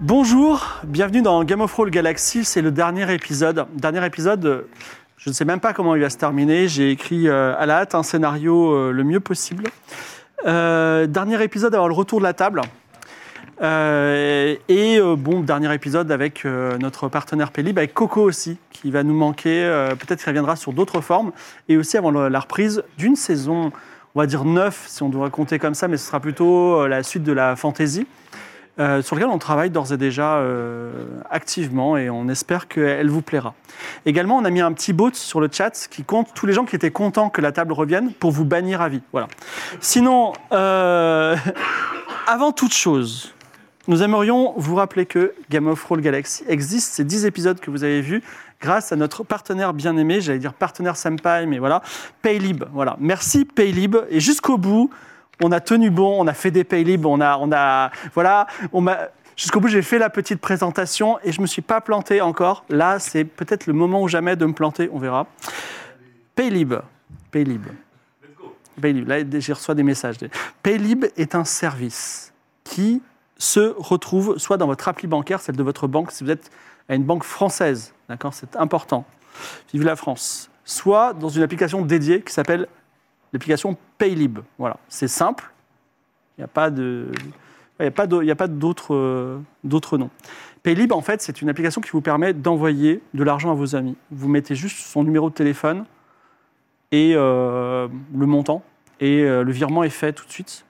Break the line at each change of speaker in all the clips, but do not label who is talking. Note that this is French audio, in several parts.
Bonjour, bienvenue dans Game of Roll Galaxy, c'est le dernier épisode. Dernier épisode, euh, je ne sais même pas comment il va se terminer, j'ai écrit euh, à la hâte un scénario euh, le mieux possible. Euh, dernier épisode avant le retour de la table. Euh, et euh, bon, dernier épisode avec euh, notre partenaire Pélib, avec Coco aussi, qui va nous manquer. Euh, Peut-être qu'il reviendra sur d'autres formes. Et aussi avant le- la reprise d'une saison, on va dire neuf, si on doit compter comme ça, mais ce sera plutôt euh, la suite de la fantaisie, euh, sur lequel on travaille d'ores et déjà euh, activement et on espère qu'elle vous plaira. Également, on a mis un petit bot sur le chat qui compte tous les gens qui étaient contents que la table revienne pour vous bannir à vie. Voilà. Sinon, euh, avant toute chose, nous aimerions vous rappeler que Game of Roll Galaxy existe, ces 10 épisodes que vous avez vus, grâce à notre partenaire bien-aimé, j'allais dire partenaire Senpai, mais voilà, Paylib. Voilà. Merci Paylib. Et jusqu'au bout, on a tenu bon, on a fait des Paylib, on a, on a, voilà, on m'a, jusqu'au bout, j'ai fait la petite présentation et je me suis pas planté encore. Là, c'est peut-être le moment ou jamais de me planter, on verra. Paylib. Paylib. Paylib. Là, j'ai reçu des messages. Paylib est un service qui se retrouve soit dans votre appli bancaire, celle de votre banque, si vous êtes à une banque française, d'accord, c'est important. Vive la France. Soit dans une application dédiée qui s'appelle l'application Paylib. Voilà, c'est simple. Il n'y a pas de, il y a pas de- il y a pas d'autres euh, d'autres noms. Paylib, en fait, c'est une application qui vous permet d'envoyer de l'argent à vos amis. Vous mettez juste son numéro de téléphone et euh, le montant, et euh, le virement est fait tout de suite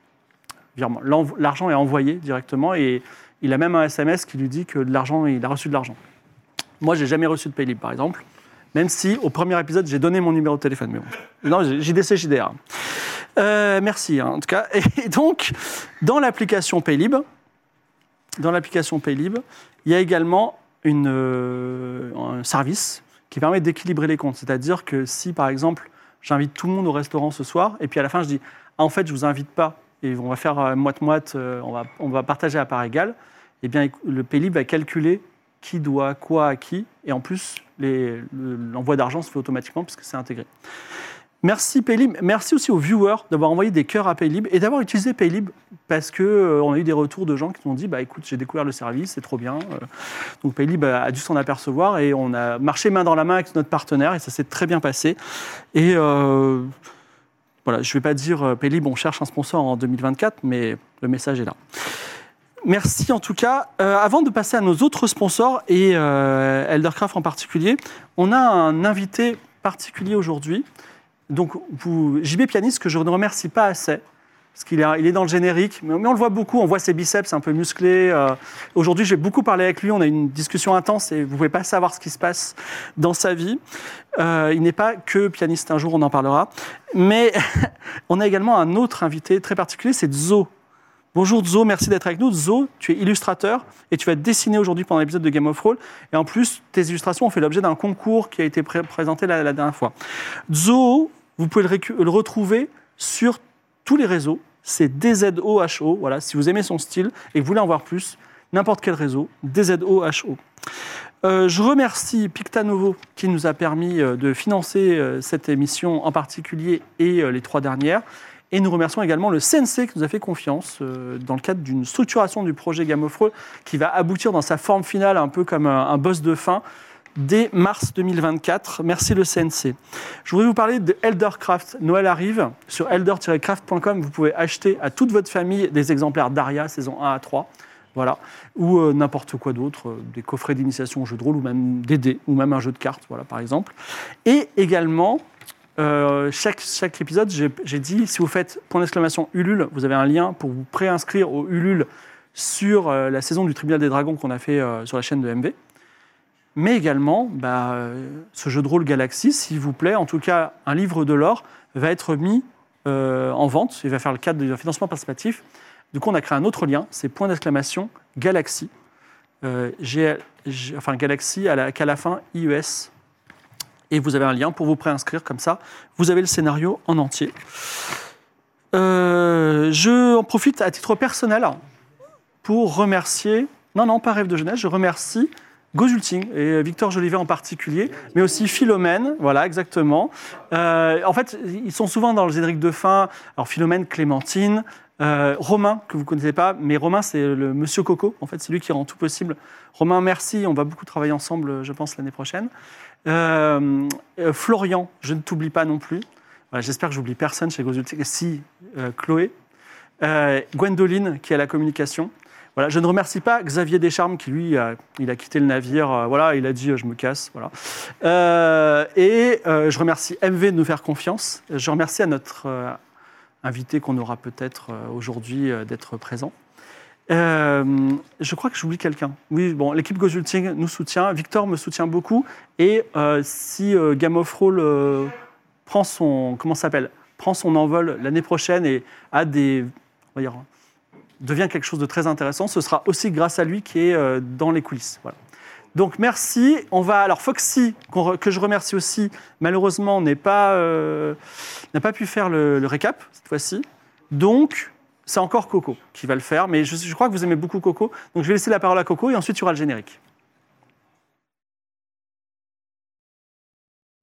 virement. L'env- L'argent est envoyé directement et il a même un SMS qui lui dit que de l'argent, il a reçu de l'argent. Moi, j'ai jamais reçu de Paylib, par exemple, même si au premier épisode, j'ai donné mon numéro de téléphone. Mais bon, non, j'ai- JDC, JDR. Euh, merci, hein, en tout cas. Et donc, dans l'application Paylib, dans l'application Paylib, il y a également une, euh, un service qui permet d'équilibrer les comptes. C'est-à-dire que si, par exemple, j'invite tout le monde au restaurant ce soir, et puis à la fin, je dis Ah, en fait, je vous invite pas, et on va faire euh, moite-moite, euh, on va, on va partager à part égale, eh bien, éc- le Paylib va calculer qui doit quoi à qui, et en plus, les- le- l'envoi d'argent se fait automatiquement puisque c'est intégré. Merci Paylib, merci aussi aux viewers d'avoir envoyé des cœurs à Paylib et d'avoir utilisé Paylib parce que euh, on a eu des retours de gens qui nous ont dit bah écoute j'ai découvert le service c'est trop bien euh, donc Paylib a, a dû s'en apercevoir et on a marché main dans la main avec notre partenaire et ça s'est très bien passé et euh, voilà, je ne vais pas dire euh, Paylib, on cherche un sponsor en 2024, mais le message est là. Merci en tout cas. Euh, avant de passer à nos autres sponsors et euh, Eldercraft en particulier, on a un invité particulier aujourd'hui. Donc, vous, JB Pianiste, que je ne remercie pas assez, parce qu'il est, il est dans le générique, mais, mais on le voit beaucoup, on voit ses biceps un peu musclés. euh. Aujourd'hui, j'ai beaucoup parlé avec lui, on a eu une discussion intense et vous ne pouvez pas savoir ce qui se passe dans sa vie. Euh, il n'est pas que pianiste, un jour on en parlera. Mais on a également un autre invité très particulier, c'est Zo. Bonjour Zo, merci d'être avec nous. Zo, tu es illustrateur et tu vas dessiner aujourd'hui pendant l'épisode de Game of Roll. Et en plus, tes illustrations ont fait l'objet d'un concours qui a été pré- présenté la, la dernière fois. Zo, vous pouvez le, récu- le retrouver sur tous les réseaux. C'est DZOHO. Voilà, si vous aimez son style et que vous voulez en voir plus, n'importe quel réseau, DZOHO. Euh, je remercie Pictanovo qui nous a permis euh, de financer euh, cette émission en particulier et euh, les trois dernières. Et nous remercions également le CNC qui nous a fait confiance euh, dans le cadre d'une structuration du projet Game of Thrones qui va aboutir dans sa forme finale, un peu comme euh, un, un boss de fin, dès mars 2024. Merci le CNC. Je voudrais vous parler de Eldercraft. Noël arrive. Sur elder-craft.com, vous pouvez acheter à toute votre famille des exemplaires d'Aria saison 1 à 3. Voilà ou euh, n'importe quoi d'autre, euh, des coffrets d'initiation au jeu de rôle, ou même des dés, ou même un jeu de cartes, voilà, par exemple. Et également, euh, chaque, chaque épisode, j'ai j'ai dit, si vous faites point d'exclamation Ulule, vous avez un lien pour vous préinscrire au Ulule sur euh, la saison du Tribunal des Dragons qu'on a fait euh, sur la chaîne de MV. Mais également, bah, euh, ce jeu de rôle Galaxy, s'il vous plaît, en tout cas, un livre de l'or va être mis euh, en vente. Il va faire le cadre d'un financement participatif. Du coup, on a créé un autre lien, c'est point d'exclamation Galaxy. Euh, G- G- enfin, Galaxy à la, qu'à la fin IES. Et vous avez un lien pour vous préinscrire comme ça. Vous avez le scénario en entier. Euh, je en profite à titre personnel pour remercier. Non, non, pas Rêve de Jeunesse, je remercie Gozulting et euh, Victor Jolivet en particulier, mais aussi Philomène, voilà, exactement. Euh, en fait, ils sont souvent dans le Zédric de fin. Alors, Philomène, Clémentine, euh, Romain, que vous ne connaissez pas, mais Romain, c'est le monsieur Coco, en fait, c'est lui qui rend tout possible. Romain, merci, on va beaucoup travailler ensemble, je pense, l'année prochaine. Euh, euh, Florian, je ne t'oublie pas non plus. Voilà, J'espère que j'oublie personne chez Gozulting. Si, euh, Chloé. Euh, Gwendoline, qui est à la communication. Voilà, je ne remercie pas Xavier Descharmes qui lui a, il a quitté le navire, euh, voilà, il a dit euh, je me casse, voilà. Euh, et euh, je remercie MV de nous faire confiance. Je remercie à notre euh, invité qu'on aura peut-être euh, aujourd'hui euh, d'être présent. Euh, je crois que j'oublie quelqu'un. Oui, bon, l'équipe Gozulting nous soutient, Victor me soutient beaucoup, et euh, si euh, Game of Roll euh, prend son comment ça s'appelle prend son envol l'année prochaine et a des on va dire, devient quelque chose de très intéressant, ce sera aussi grâce à lui qui est euh, dans les coulisses. Voilà. Donc merci. On va alors Foxy qu'on re- que je remercie aussi malheureusement n'est pas euh, n'a pas pu faire le, le récap cette fois-ci. Donc c'est encore Coco qui va le faire, mais je, je crois que vous aimez beaucoup Coco, donc je vais laisser la parole à Coco et ensuite il y aura le générique.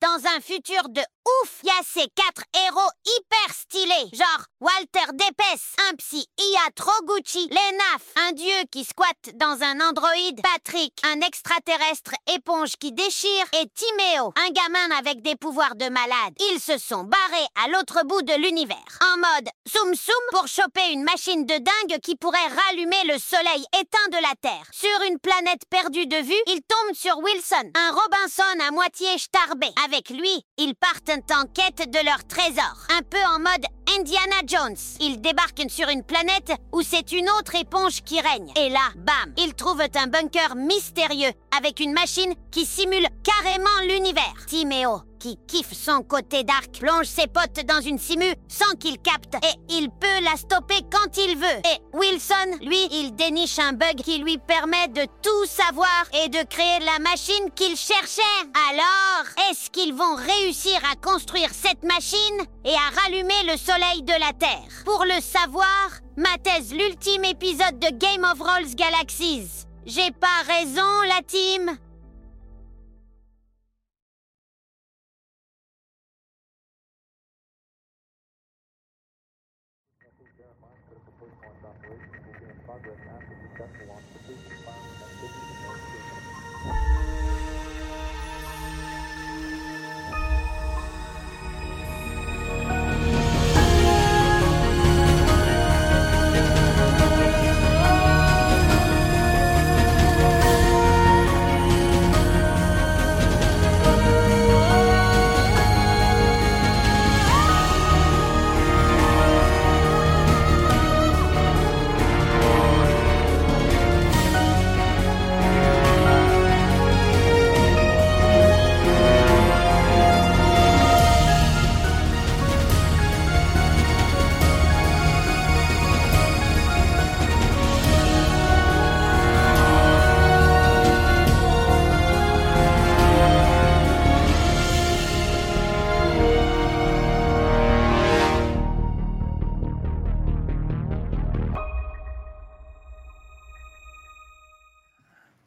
Dans un futur de ouf, il y a ces quatre héros hyper stylés, genre Walter Dépès, un psy Ia Troguchi, Lenaf, un dieu qui squatte dans un androïde, Patrick, un extraterrestre éponge qui déchire, et Timéo, un gamin avec des pouvoirs de malade. Ils se sont barrés à l'autre bout de l'univers, en mode soum soum pour choper une machine de dingue qui pourrait rallumer le soleil éteint de la Terre. Sur une planète perdue de vue, ils tombent sur Wilson, un Robinson à moitié starbé. Avec lui, ils partent en quête de leur trésor, un peu en mode Indiana Jones. Ils débarquent sur une planète où c'est une autre éponge qui règne. Et là, bam, ils trouvent un bunker mystérieux avec une machine qui simule carrément l'univers. Timéo, qui kiffe son côté dark, plonge ses potes dans une simu sans qu'il capte et il peut la stopper quand il veut. Et Wilson, lui, il déniche un bug qui lui permet de tout savoir et de créer la machine qu'il cherchait. Alors, est-ce qu'ils vont réussir à construire cette machine et à rallumer le soleil de la Terre Pour le savoir, Matez l'ultime épisode de Game of Rolls Galaxies. J'ai pas raison, la team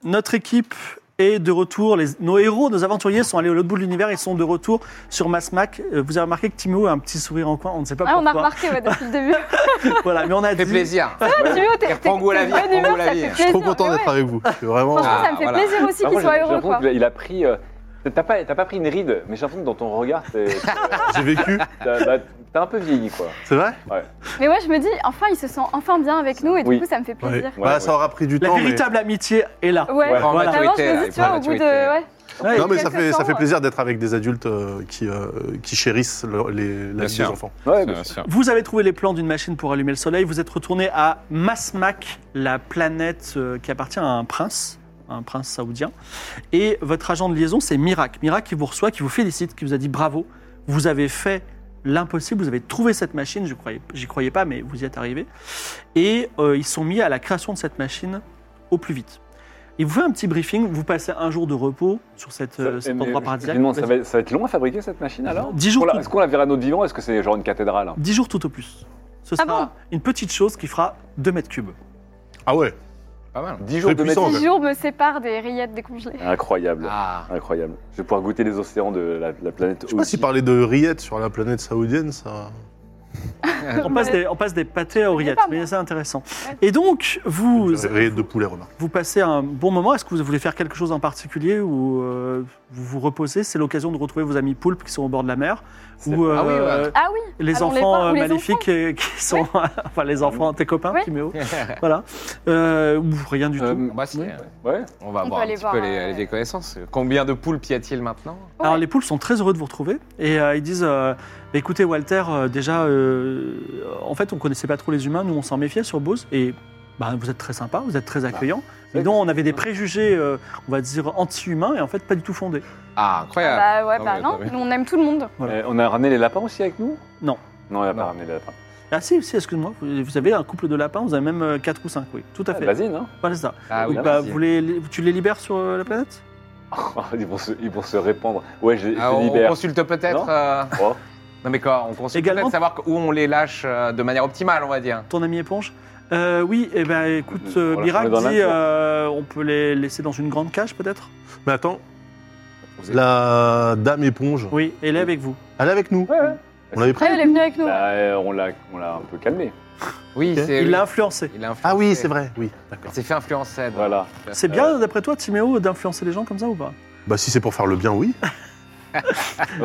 Notre équipe est de retour. Les- nos héros, nos aventuriers sont allés au l'autre bout de l'univers. Ils sont de retour sur Masmac. Euh, Vous avez remarqué que Timo a un petit sourire en coin. On ne sait pas
Ah, on a
pourquoi.
remarqué ouais, depuis le début. Ah,
voilà, mais on a
Ça fait
dit-
plaisir.
Tu vois, t'es-
Et prends
t'es-
goût à la
t'es
vie,
de bonne
prends
humeur,
goût à
ça
la vie.
fait
Je
Je suis
plaisir.
trop content
Mais
d'être
ouais.
avec vous. Je suis vraiment.
Franchement, ça me
Ah,
fait
voilà.
plaisir aussi
Bah,
qu'il
moi,
soit
j'ai- j'ai
heureux,
l'impression
quoi.
qu'il a- Il a pris. euh, T'as pas, t'as pas pris une ride, mais j'ai l'impression que dans ton regard, t'es-
J'ai vécu.
t'as bah, t'as un peu vieilli, quoi.
C'est vrai
Mais moi, je me dis, enfin, il se sent enfin bien avec nous, et du
Oui.
coup, ça me fait plaisir.
Ouais,
Bah, Ça aura pris du
La
temps. mais-
véritable amitié est là.
Ouais,
Ouais.
vraiment, je
Maturité,
me
là,
dis, tu vois, au bout de.
maturité.
Ouais.
Ouais,
Non, mais ça
Quelques
fait, ça
temps,
fait
euh.
plaisir d'être avec des adultes euh, qui, euh, qui chérissent leur- les, la
Bien
vie des
sûr.
enfants.
Ouais, bah,
Bien sûr.
Vous avez trouvé les plans d'une machine pour allumer le soleil. Vous êtes retourné à Masmak, la planète euh, qui appartient à un prince, un prince saoudien. Et votre agent de liaison, c'est Mirac. Mirac qui vous reçoit, qui vous félicite, qui vous a dit bravo. Vous avez fait l'impossible. Vous avez trouvé cette machine. Je croyais, j'y croyais pas, mais vous y êtes arrivé. Et euh, ils sont mis à la création de cette machine au plus vite. Il vous fait un petit briefing. Vous passez un jour de repos sur cette, euh,
Ça-
cet
mais
endroit
je-
paradisiaque.
je me demande, ça, va, ça va être long à fabriquer cette machine alors
Dix jours
Est-ce qu'on la-
tout-
Est-ce qu'on la verra de notre vivant Est-ce que c'est genre une cathédrale hein
10 jours tout au plus. Ce
Ah
sera
bon
une petite chose qui fera 2 mètres cubes.
Ah ouais
Pas mal.
10 jours
Très
de
puissant,
métier.
Dix jours me séparent des rillettes décongelées. Euh,
Incroyable.
Ah.
Incroyable. Je vais pouvoir goûter les océans de la, la planète
Je sais pas si parler de rillettes sur la planète saoudienne, ça.
On passe des, on passe des pâtés à
connais
orillettes,
pas,
mais
moi.
c'est intéressant.
Ouais.
Et donc, vous,
Rillettes de poulet, remarque.
vous passez un bon moment. Est-ce que vous voulez faire quelque chose en particulier ou euh, vous vous reposez C'est l'occasion de retrouver vos amis poulpes qui sont au bord de la mer
C'est-
ou
Ah oui,
euh,
Ah oui
les
Allons les
enfants
voir,
euh,
ou les
maléfiques euh, qui sont. enfin, les enfants, tes copains,
Oui.
Timéo. voilà. Euh, ou rien du tout.
Bah, si, euh,
Ouais.
on va
On
voir
peut
un
aller
petit
voir,
peu
euh,
les, les vieilles connaissances. Combien de poules y a-t-il maintenant
Alors
ouais.
les poules sont très heureux de vous retrouver et euh, ils disent euh, Bah, écoutez Walter euh, déjà euh, en fait on connaissait pas trop les humains nous on s'en méfiait sur Bose et bah, vous êtes très sympa vous êtes très accueillant et
vrai
donc
que-
on avait des préjugés euh, on va dire anti-humains et en fait pas du tout fondés
Ah, incroyable.
Bah ouais,
Non,
bah
mais-
non, nous on aime tout le monde.
Voilà.
Euh, on a ramené les lapins aussi avec nous
Non.
Non, on n'a pas
Non.
ramené les lapins.
ah si si excuse-moi vous, vous avez un couple de lapins vous avez même euh, quatre ou cinq oui tout à fait
Ah, Vas-y, non
voilà c'est ça
Ah oui,
Bah,
merci.
vous les- les- tu les libères sur euh, la planète
ils, vont se, ils vont se répandre. Ouais, je, je
Ah,
te
on
libère.
consulte peut-être.
Non
euh,
Oh.
Non mais quoi On consulte
Également-
peut-être savoir où on les lâche euh, de manière optimale, on va dire.
ton ami éponge Euh, oui et ben écoute euh,
On les-
Mirac
on les donne
dit
à toi.
euh, on peut les laisser dans une grande cage peut-être
Mais attends,
Vous êtes-
la dame éponge,
oui elle est avec vous
elle est avec nous.
Ouais, ouais.
On l'avait pris.
Ouais, elle est venue avec nous.
Bah, euh, on l'a on l'a un peu calmé.
Oui,
Ok.
c'est.
il l'a influencé
il l'a influencé.
Ah oui, c'est vrai, oui.
Il
D'accord.
s'est fait influencer. donc.
Voilà.
C'est
Euh,
bien, d'après toi, Timéo, d'influencer les gens comme ça ou pas
Bah, si c'est pour faire le bien, oui.
Euh,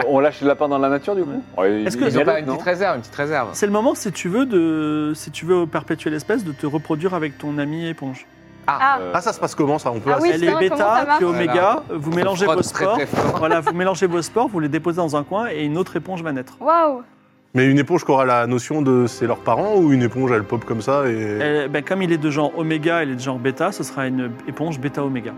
on lâche les lapins dans la nature, du coup Oh, Ouais,
Est-ce
ils-
que-
ils
Ils ont pas
méritent,
une
non
petite réserve, une petite réserve.
C'est le moment, si tu veux, de, si tu veux perpétuer l'espèce, de te reproduire avec ton ami éponge.
Ah,
Euh,
Ah, ça se passe comment, ça On peut.
Ah oui,
Elle
c'est
est
vrai, comment ça
bêta,
marche
puis oméga. Vous mélangez
Frotte
vos
très,
sports.
très fort.
Voilà, vous mélangez vos sports, vous les déposez dans un coin et une autre éponge va naître.
waouh
Mais une éponge qui aura la notion de c'est leurs parents ou une éponge elle pop comme ça et.
Eh ben, comme il est de genre oméga, il est de genre bêta, ce sera une éponge bêta oméga.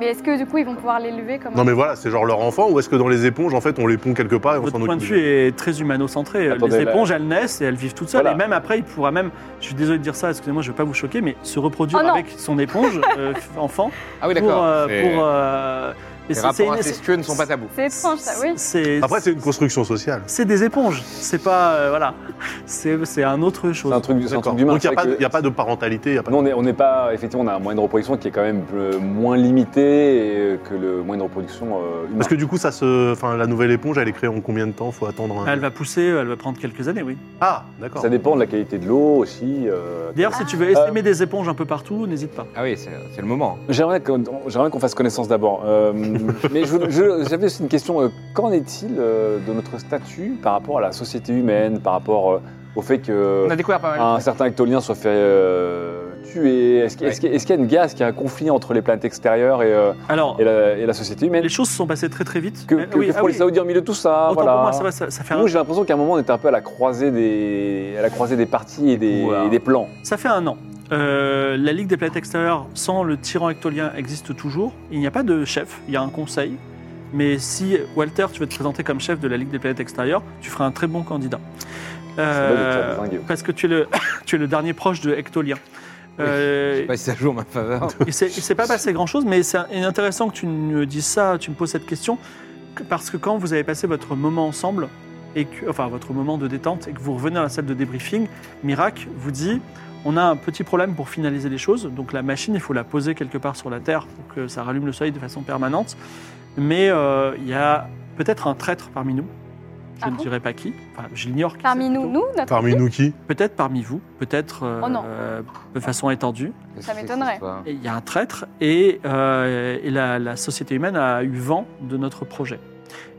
Mais est-ce que du coup ils vont pouvoir l'élever comme
Non mais voilà, c'est genre leur enfant ou est-ce que dans les éponges en fait on les pond quelque part et Ah, on
Votre
s'en
point
occupe
de vue est très humano-centré.
Attendez,
Les
là-
éponges, elles naissent et elles vivent toutes seules.
Voilà.
Et même après, il pourra même, je suis désolé de dire ça, excusez-moi, je ne vais pas vous choquer, mais se reproduire
Oh non.
avec son éponge, euh, enfant,
Ah oui,
pour,
d'accord.
euh,
C'est-
pour, euh, mais
Les
c'est- c'est
rapports
une-
incestueux ne sont pas tabous.
C'est étrange ça, oui.
c'est-
Après c'est une construction sociale.
c'est des éponges, c'est pas euh, voilà, c'est c'est un autre
C'est
chose.
un truc, c'est un
D'accord.
truc d'humain.
Donc il
c'est vrai que-
n'y a, pas de parentalité, il a pas de-
Nous, on est- on n'est pas. Effectivement, on a un moyen de reproduction qui est quand même euh, moins limité euh, que le moyen de reproduction euh, humain.
Parce que du coup ça se. Enfin la nouvelle éponge elle est créée en combien de temps Faut attendre un-
Elle va pousser, elle va prendre quelques années, oui.
Ah d'accord.
Ça dépend de la qualité de l'eau aussi. euh,
D'ailleurs,
Ah.
si tu veux essaimer des éponges un peu partout, n'hésite pas.
Ah oui, c'est c'est le moment.
J'aimerais qu'on j'aimerais qu'on fasse connaissance d'abord. Euh, mais je- je- j'avais aussi une question. euh, Qu'en est-il euh, de notre statut par rapport à la société humaine, par rapport euh, au fait que
On a découvert pas mal. de
un
trucs.
certain actolien soit fait euh, tuer Est-ce qu'il est-ce qu'il- est-ce qu'il y a une guerre Est-ce qu'il y a un conflit entre les planètes extérieures et, euh,
Alors,
et, la, et la société humaine
les choses se sont passées très très vite.
Que,
Mais-
que-
oui,
que
ah
font
oui,
les Saoudiens au milieu de tout ça
Autant
voilà.
pour moi, ça, va, ça, ça fait un,
Nous, j'ai l'impression qu'à un moment, on était un peu à la croisée des, à la croisée des parties et des,
Ouah.
et des plans.
ça fait un an. Euh, la Ligue des planètes extérieures, sans le tyran ectolien, existe toujours. Il n'y a pas de chef, il y a un conseil. Mais si Walter, tu veux te présenter comme chef de la Ligue des planètes extérieures, tu feras un très bon candidat.
C'est pas de te
Euh,
faire désinguer.
parce que tu es le, tu es le dernier proche de Ectolien.
Je
Euh,
sais pas si ça joue en ma
Oh,
faveur.
il s'est- il s'est pas passé grand chose, mais c'est intéressant que tu me dises ça, tu me poses cette question, que- parce que quand vous avez passé votre moment ensemble, et que, enfin votre moment de détente, et que vous revenez à la salle de débriefing, Mirac vous dit on a un petit problème pour finaliser les choses, donc la machine, il faut la poser quelque part sur la Terre pour que ça rallume le soleil de façon permanente, mais euh, il y a peut-être un traître parmi nous, je
Ah
ne
bon
dirai pas qui, enfin je l'ignore. qui
Parmi
c'est
nous,
plutôt.
nous, notre
Parmi nous qui
Peut-être parmi vous, peut-être euh,
Oh non.
de façon étendue.
Qu'est-ce que c'est que
m'étonnerait.
cette histoire
Et Il y a un traître et, euh, et la, la société humaine a eu vent de notre projet.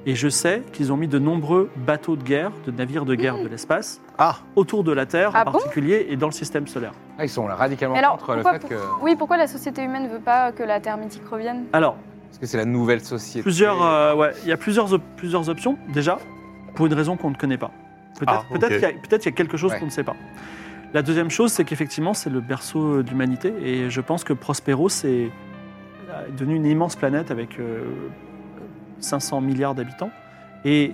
Et je sais qu'ils ont mis de nombreux bateaux de guerre, de navires de guerre de l'espace,
Ah
autour de la Terre en
Mmh. Ah bon
particulier et dans le système solaire.
Ah, ils sont là radicalement
Mais alors,
contre le
pourquoi
fait que.
Oui, pourquoi la société humaine veut pas que la Terre mythique revienne
Alors,
Parce que c'est la nouvelle société.
Plusieurs, euh, ouais, il y a plusieurs, op- plusieurs options, déjà, pour une raison qu'on ne connaît pas. Peut-être
Ah,
peut-être
ok.
qu'il y a- peut-être qu'il y, a quelque chose
Ouais.
qu'on ne sait pas. La deuxième chose, c'est qu'effectivement, c'est le berceau euh, de l'humanité, et je pense que Prospero, c'est euh, est devenu une immense planète avec euh, 500 milliards d'habitants, et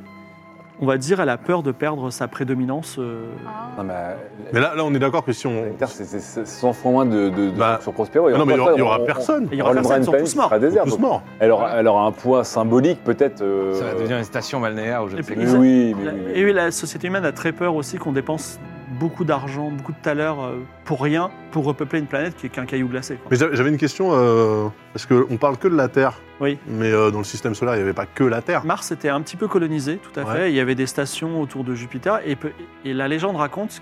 on va dire, elle a peur de perdre sa prédominance. euh,
Ah.
Non, mais, euh,
Mais là, là, on est d'accord que si on.
Terre, c'est- c'est c'est 100 fois moins de, de- de-
Bah,
sur Prospero.
Ah non, mais il y aura, il y aura
On- on-
personne.
et il y
on
aura
relèvera
personne,
une
ils sont
planète
tous
qui
morts.
sera
Ils sont
déserte.
tous morts.
Elle aura, elle aura un poids symbolique peut-être. euh,
Ça va devenir une station balnéaire ou je
Et
ne
puis,
sais
Oui,
quoi.
ils-
oui, mais
La-
oui,
Et oui, la société humaine a très peur aussi qu'on dépense beaucoup d'argent, beaucoup de talents euh, pour rien, pour repeupler une planète qui est qu'un caillou glacé. quoi.
Mais j'avais j'avais une question, euh, parce qu'on parle que de la Terre.
Oui.
Mais euh, dans le système solaire, il n'y avait pas que la Terre.
Mars était un petit peu colonisé, tout à
Ouais.
fait. Il y avait des stations autour de Jupiter. Et, peu- et la légende raconte,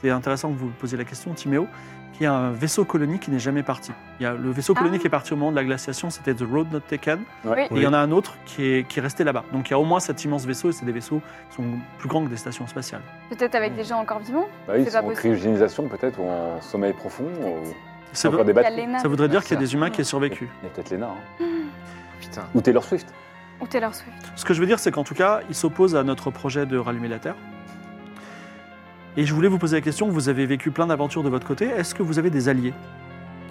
c'est intéressant que vous posiez la question, Timéo, qu'il y a un vaisseau colonie qui n'est jamais parti. Il y a le vaisseau colonie
Ah.
qui est parti au moment de la glaciation, c'était The Road Not Taken.
Ouais.
Oui.
Et il y en a un autre qui est, qui est resté là-bas. Donc il y a au moins cet immense vaisseau, et c'est des vaisseaux qui sont plus grands que des stations spatiales.
Peut-être avec des gens encore vivants.
Bah oui,
C'est
c'est
pas
en
possible.
cryogénisation peut-être, ou en sommeil profond, ou
Ça, veut-
encore des
Il y a
batteries.
Lena
ça voudrait dire
Ah,
qu'il y a
ça.
des humains qui ont survécu.
Il y a peut-être Lena, hein.
Putain.
ou Taylor Swift.
ou Taylor Swift.
Ce que je veux dire, c'est qu'en tout cas, il s'oppose à notre projet de rallumer la Terre. Et je voulais vous poser la question, vous avez vécu plein d'aventures de votre côté, est-ce que vous avez des alliés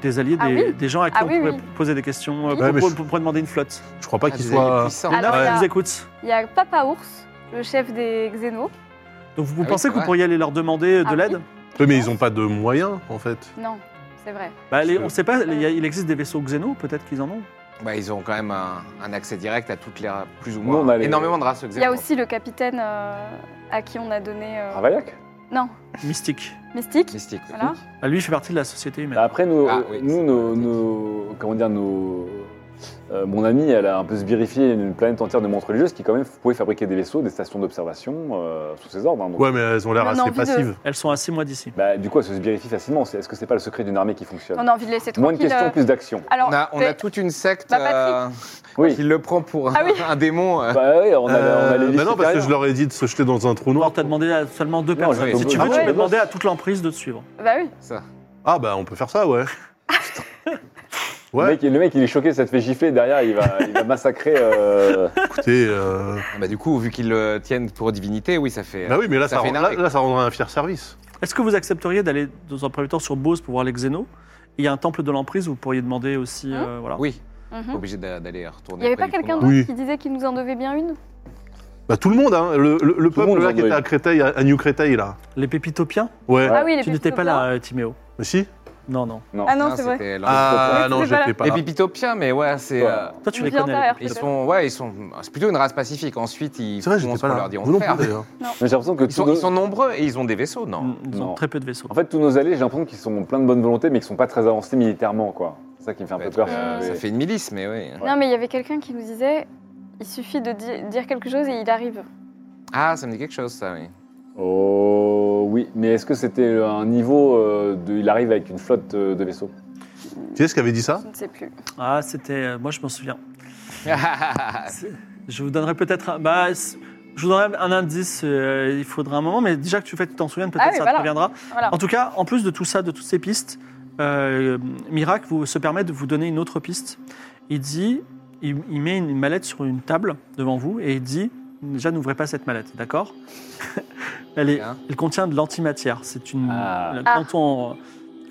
Des alliés,
Ah
des,
oui.
des gens à qui
Ah
on
oui,
pourrait
oui.
poser des questions, euh,
Ouais,
pour,
mais
pour-
je-
pour- pour demander une flotte.
Je crois pas
Ah,
qu'il
vous avez
soit.
les puissants.
Alors,
Léna,
il y a-
je vous écoute.
Il y a Papa Ours, le chef des Xénos.
Donc vous
Ah oui,
pensez
c'est
que vous
vrai.
pourriez aller leur demander euh, de
Ah oui.
l'aide
Oui, mais ils n'ont pas de moyens, en fait.
Non, c'est vrai.
Bah, les-
Je-
On ne sait pas, il, y a- il existe des vaisseaux xéno, peut-être qu'ils en ont.
Bah, ils ont quand même un, un accès direct à toutes les ra- plus ou
Nous,
moins
on a les-
énormément de races.
Il y a aussi le capitaine euh, à qui on a donné. euh,
Ravaillac
Non,
Mystique.
Mystique.
mystique.
Voilà.
Ah, lui, il fait partie de la société humaine.
Bah, Après, nous,
Ah,
euh,
oui,
nous
c'est
nos,
vrai.
nos- comment dire, nos, euh, mon amie, elle a un peu sbirifié une planète entière de montres religieuses qui quand même pouvait fabriquer des vaisseaux, des stations d'observation euh, sous ses ordres. hein, donc.
Ouais, mais elles ont l'air
Mais on a
assez
envie de-
passives.
Elles sont à six mois d'ici.
Bah, du coup, elle se sbirifie facilement. C'est- Est-ce que c'est pas le secret d'une armée qui fonctionne
On a envie de laisser
Moins de
Oh tranquille.
questions,
euh,
plus d'action.
Alors,
On a, on
mais-
a toute une secte euh,
Bah, Patrick.
Oui.
qui le prend pour
Ah oui.
un démon. euh.
Bah oui, on a, on a les
Euh,
listes
bah non, parce que
supérieures.
je leur ai dit de se jeter dans un trou
On
noir.
t'a demandé à seulement deux
Non,
personnes.
je-
Si tu
Ah
veux, tu
ouais.
peux demander à toute l'emprise de te suivre.
bah oui.
Ça.
Ah, bah on peut faire ça, ouais.
Le,
Ouais,
mec, le mec, il est choqué, ça te fait gifler. Derrière, il va, il va massacrer. euh,
écoutez. euh,
Ah Bah, du coup, vu qu'ils le tiennent pour divinité, oui, ça fait.
Bah oui, mais là,
Ça
ça,
fait
rend-
une
là,
arnaque.
là, ça rendrait un fier service.
Est-ce que vous accepteriez d'aller dans un premier temps sur Bose pour voir les Xénos Il y a un temple de l'emprise, vous pourriez demander aussi.
Hein
euh, voilà.
Oui,
Mhm.
obligé d'a- d'aller retourner.
Il n'y avait
près
pas
du
quelqu'un
trou noir.
d'autre
Oui.
qui disait qu'il nous en devait bien une
Bah tout le monde, hein. Le, le- le peuple
monde
là
en
qui était
doit.
à Créteil, à, à New Créteil, là.
Les Pépitopiens
Ouais.
Ah oui, les
Tu n'étais pas là,
Pépitopiens.
euh, Timéo.
Mais si
Non, non.
Ah non,
Non,
c'est vrai.
c'était leur-
Ah
Pépitopiens.
non,
C'était pas
j'étais
là.
pas.
Les
là.
pipitopiens, mais ouais, c'est.
Ouais.
euh,
Toi, tu
Une
les
vie
connais.
antérieure,
les
Ils
peut-être.
Pépitopiens.
sont, ouais, ils sont. C'est plutôt une race pacifique. Ensuite, ils
C'est vrai,
font
j'étais
ce qu'on
pas
leur
là.
dit en
Vous non
faire.
plus, d'ailleurs. Mm.
Mais j'ai l'impression que
Ils sont,
tous
ils
nos-
sont nombreux et ils ont des vaisseaux, non
Mm, Ils ont
Non.
très peu de vaisseaux.
En fait, tous nos alliés, j'ai l'impression qu'ils sont pleins de bonne volonté, mais qu'ils sont pas très avancés militairement, quoi. C'est ça qui me fait un peu
Peut-être,
peur.
euh,
Mais-
Ça fait une milice, mais oui.
Non, mais il y avait quelqu'un qui nous disait il suffit de di- dire quelque chose et il arrive.
Ah, ça me dit quelque chose, ça, oui.
Oh oui, mais est-ce que c'était un niveau euh, de... Il arrive avec une flotte euh, de vaisseaux.
Qui est-ce qui avait dit ça
Je ne sais plus.
Ah, c'était. euh, moi, je m'en souviens.
Est-ce
C'est- Je vous donnerai peut-être. un- Bah, c'est- je vous donnerai un indice. euh, il faudra un moment, mais déjà que tu fais, tu t'en souviens, peut-être
Ah oui,
ça te
voilà.
reviendra.
Voilà.
En tout cas, en plus de tout ça, de toutes ces pistes, euh, Mirac vous, se permet de vous donner une autre piste. Il dit, il, il met une mallette sur une table devant vous et il dit, déjà n'ouvrez pas cette mallette, d'accord elle, est-
Bien.
elle contient de l'antimatière. C'est une
Ah.
quand on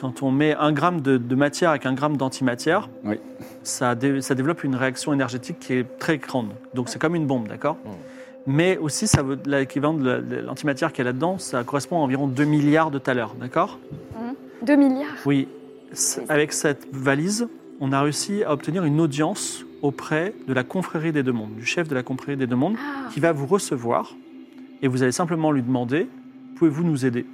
quand on met un gramme de, de matière avec un gramme d'antimatière,
Oui.
ça, dé- ça développe une réaction énergétique qui est très grande. Donc c'est comme une bombe, d'accord
Mm.
mais aussi, ça veut, l'équivalent de la- de l'antimatière qu'il y a là-dedans, ça correspond à environ 2 milliards de talers, d'accord
2 milliards.
Oui. C- Avec cette valise, on a réussi à obtenir une audience auprès de la confrérie des deux mondes, du chef de la confrérie des deux mondes,
Ah.
qui va vous recevoir et vous allez simplement lui demander pouvez-vous nous aider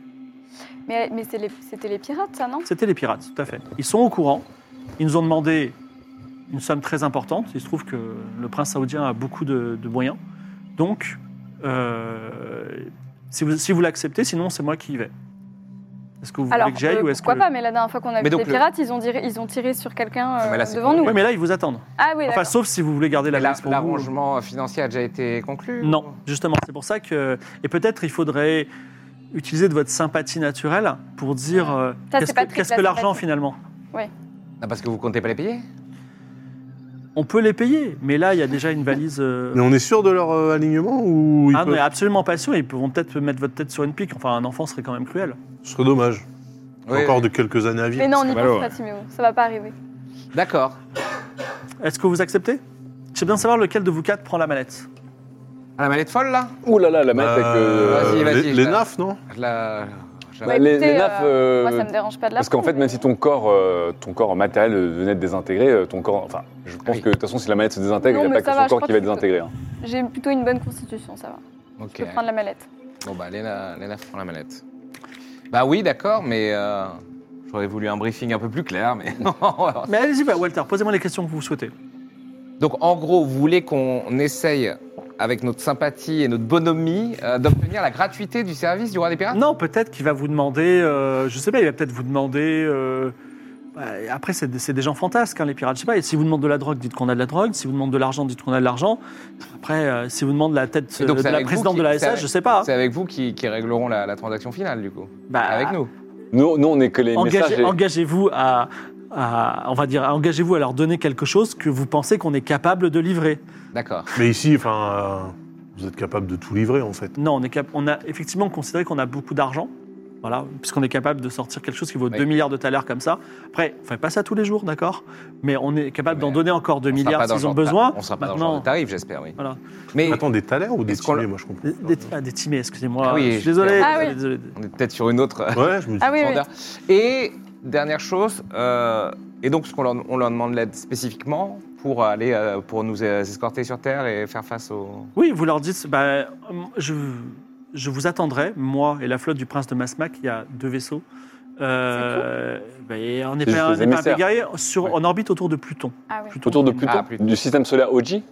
Mais, mais c'est les- c'était les pirates, ça, non
C'était les pirates, tout à fait. Ils sont au courant. Ils nous ont demandé une somme très importante. Il se trouve que le prince saoudien a beaucoup de, de moyens. Donc, euh, si vous, si vous l'acceptez, sinon c'est moi qui y vais. Est-ce que vous
Alors,
voulez que j'aille
euh,
ou est-ce que...
pourquoi pas Mais la dernière fois qu'on a
Mais
vu
donc
les
le-
pirates, ils, ont tiré, ils ont tiré sur quelqu'un euh,
Mais là, c'est
devant
pour-
nous.
Oui, mais là, ils vous attendent.
Ah oui,
Enfin,
d'accord.
sauf si vous voulez garder la
Mais la-
valise pour vous.
hein.
L'arrangement financier a déjà été conclu ou-
Non, justement, c'est pour ça que... Et peut-être il faudrait utiliser de votre sympathie naturelle pour dire euh,
Ça, c'est
qu'est-ce que,
Patrick,
qu'est-ce
la
que l'argent
sympathie.
finalement
Ah, parce que vous comptez pas les payer
On peut les payer, mais là, il y a déjà une valise. euh,
Mais on est sûr de leur euh, alignement ou ils
Ah, on
peuvent-
n'est absolument pas sûr. Ils pourront peut-être mettre votre tête sur une pique. Enfin, un enfant serait quand même cruel.
Ce serait dommage.
Oui,
Encore
oui.
de quelques années à
Mais
vivre.
non, on n'y
c'est ballot,
pense pas,
ouais.
Timéo. Ça va pas arriver.
D'accord.
Est-ce que vous acceptez Je sais bien savoir lequel de vous quatre prend la mallette.
Ah, la mallette folle, là
Ouh là là, la manette avec.
Euh,
euh,
Bah,
bah,
Vas-y, vas-y,
les,
je
les
la-
nafs, non
Je la... je la-
Ouais,
les,
écoutez,
les nafs,
euh,
euh,
Moi, ça me dérange pas de la
Parce qu'en fait,
prendre,
même si ton corps, euh, ton corps matériel euh, venait de désintégrer, euh, ton corps, enfin, je pense
Oui.
que de toute façon, si la manette se désintègre,
Non,
il n'y
mais
a
ça
pas que
va,
son
je
corps
crois
qui va
que-
désintégrer. hein.
J'ai plutôt une bonne constitution, ça va.
Ok.
Je peux prendre la mallette.
Bon, bah, Léna, Léna prend la mallette. Bah oui, d'accord, mais euh, j'aurais voulu un briefing un peu plus clair, mais non. alors-
Mais allez-y, bah, Walter, posez-moi les questions que vous souhaitez.
Donc, en gros, vous voulez qu'on essaye, avec notre sympathie et notre bonhomie, euh, d'obtenir la gratuité du service du roi des pirates
Non, peut-être qu'il va vous demander, euh, je sais pas, il va peut-être vous demander. euh, bah, et après, c'est des, c'est des gens fantasques, hein, les pirates. Je sais pas, et si vous demandent de la drogue, dites qu'on a de la drogue. Si vous demandent de l'argent, dites qu'on a de l'argent. Après, euh, si vous demandent la tête
Et donc,
euh,
c'est
de la
avec vous
présidente
qui-
de la
c'est
SA,
avec-
je sais pas.
C'est avec vous qui, qui régleront la, la transaction finale, du coup.
Bah,
avec nous.
Nous, nous, on est que les messages.
engagez-
et-
Engagez-vous à, à- on va dire, engagez-vous à leur donner quelque chose que vous pensez qu'on est capable de livrer.
D'accord.
Mais ici, enfin, euh, vous êtes capable de tout livrer, en fait.
Non, on, est cap- on a effectivement considéré qu'on a beaucoup d'argent. Voilà, puisqu'on est capable de sortir quelque chose qui vaut
Oui.
2 milliards de talers comme ça. Après, on fait pas ça tous les jours, d'accord Mais on est capable
Mais
d'en donner encore 2
On sera pas
milliards
dans le
s'ils ont
genre de-
besoin.
On sera pas dans le
Maintenant,
genre de tarif, j'espère, oui.
Voilà.
Mais
Attends, des talers ou des
Est-ce qu'on
timés, moi, je comprends.
des, des, ah, des timés, excusez-moi.
Ah oui,
je suis désolé.
Ah oui.
désolé, désolé.
on est peut-être sur une autre. euh,
Ouais, je me dis.
Ah oui, oui.
vendeur. Et dernière chose, euh, et donc, ce qu'on leur, on leur demande l'aide spécifiquement pour aller euh, pour nous euh, escorter sur Terre et faire face aux.
Oui, vous leur dites, bah, euh, je, je vous attendrai, moi et la flotte du prince de Masmac, il y a deux vaisseaux. Euh, bah, et on n'est
C'est
pas,
juste
on n'est pas un
les
peu
émissaires.
guerrier, sur,
Ouais.
en orbite autour de Pluton.
Ah oui.
Pluton,
Autour de
c'est-
Pluton,
Ah, Pluton.
du système solaire OG,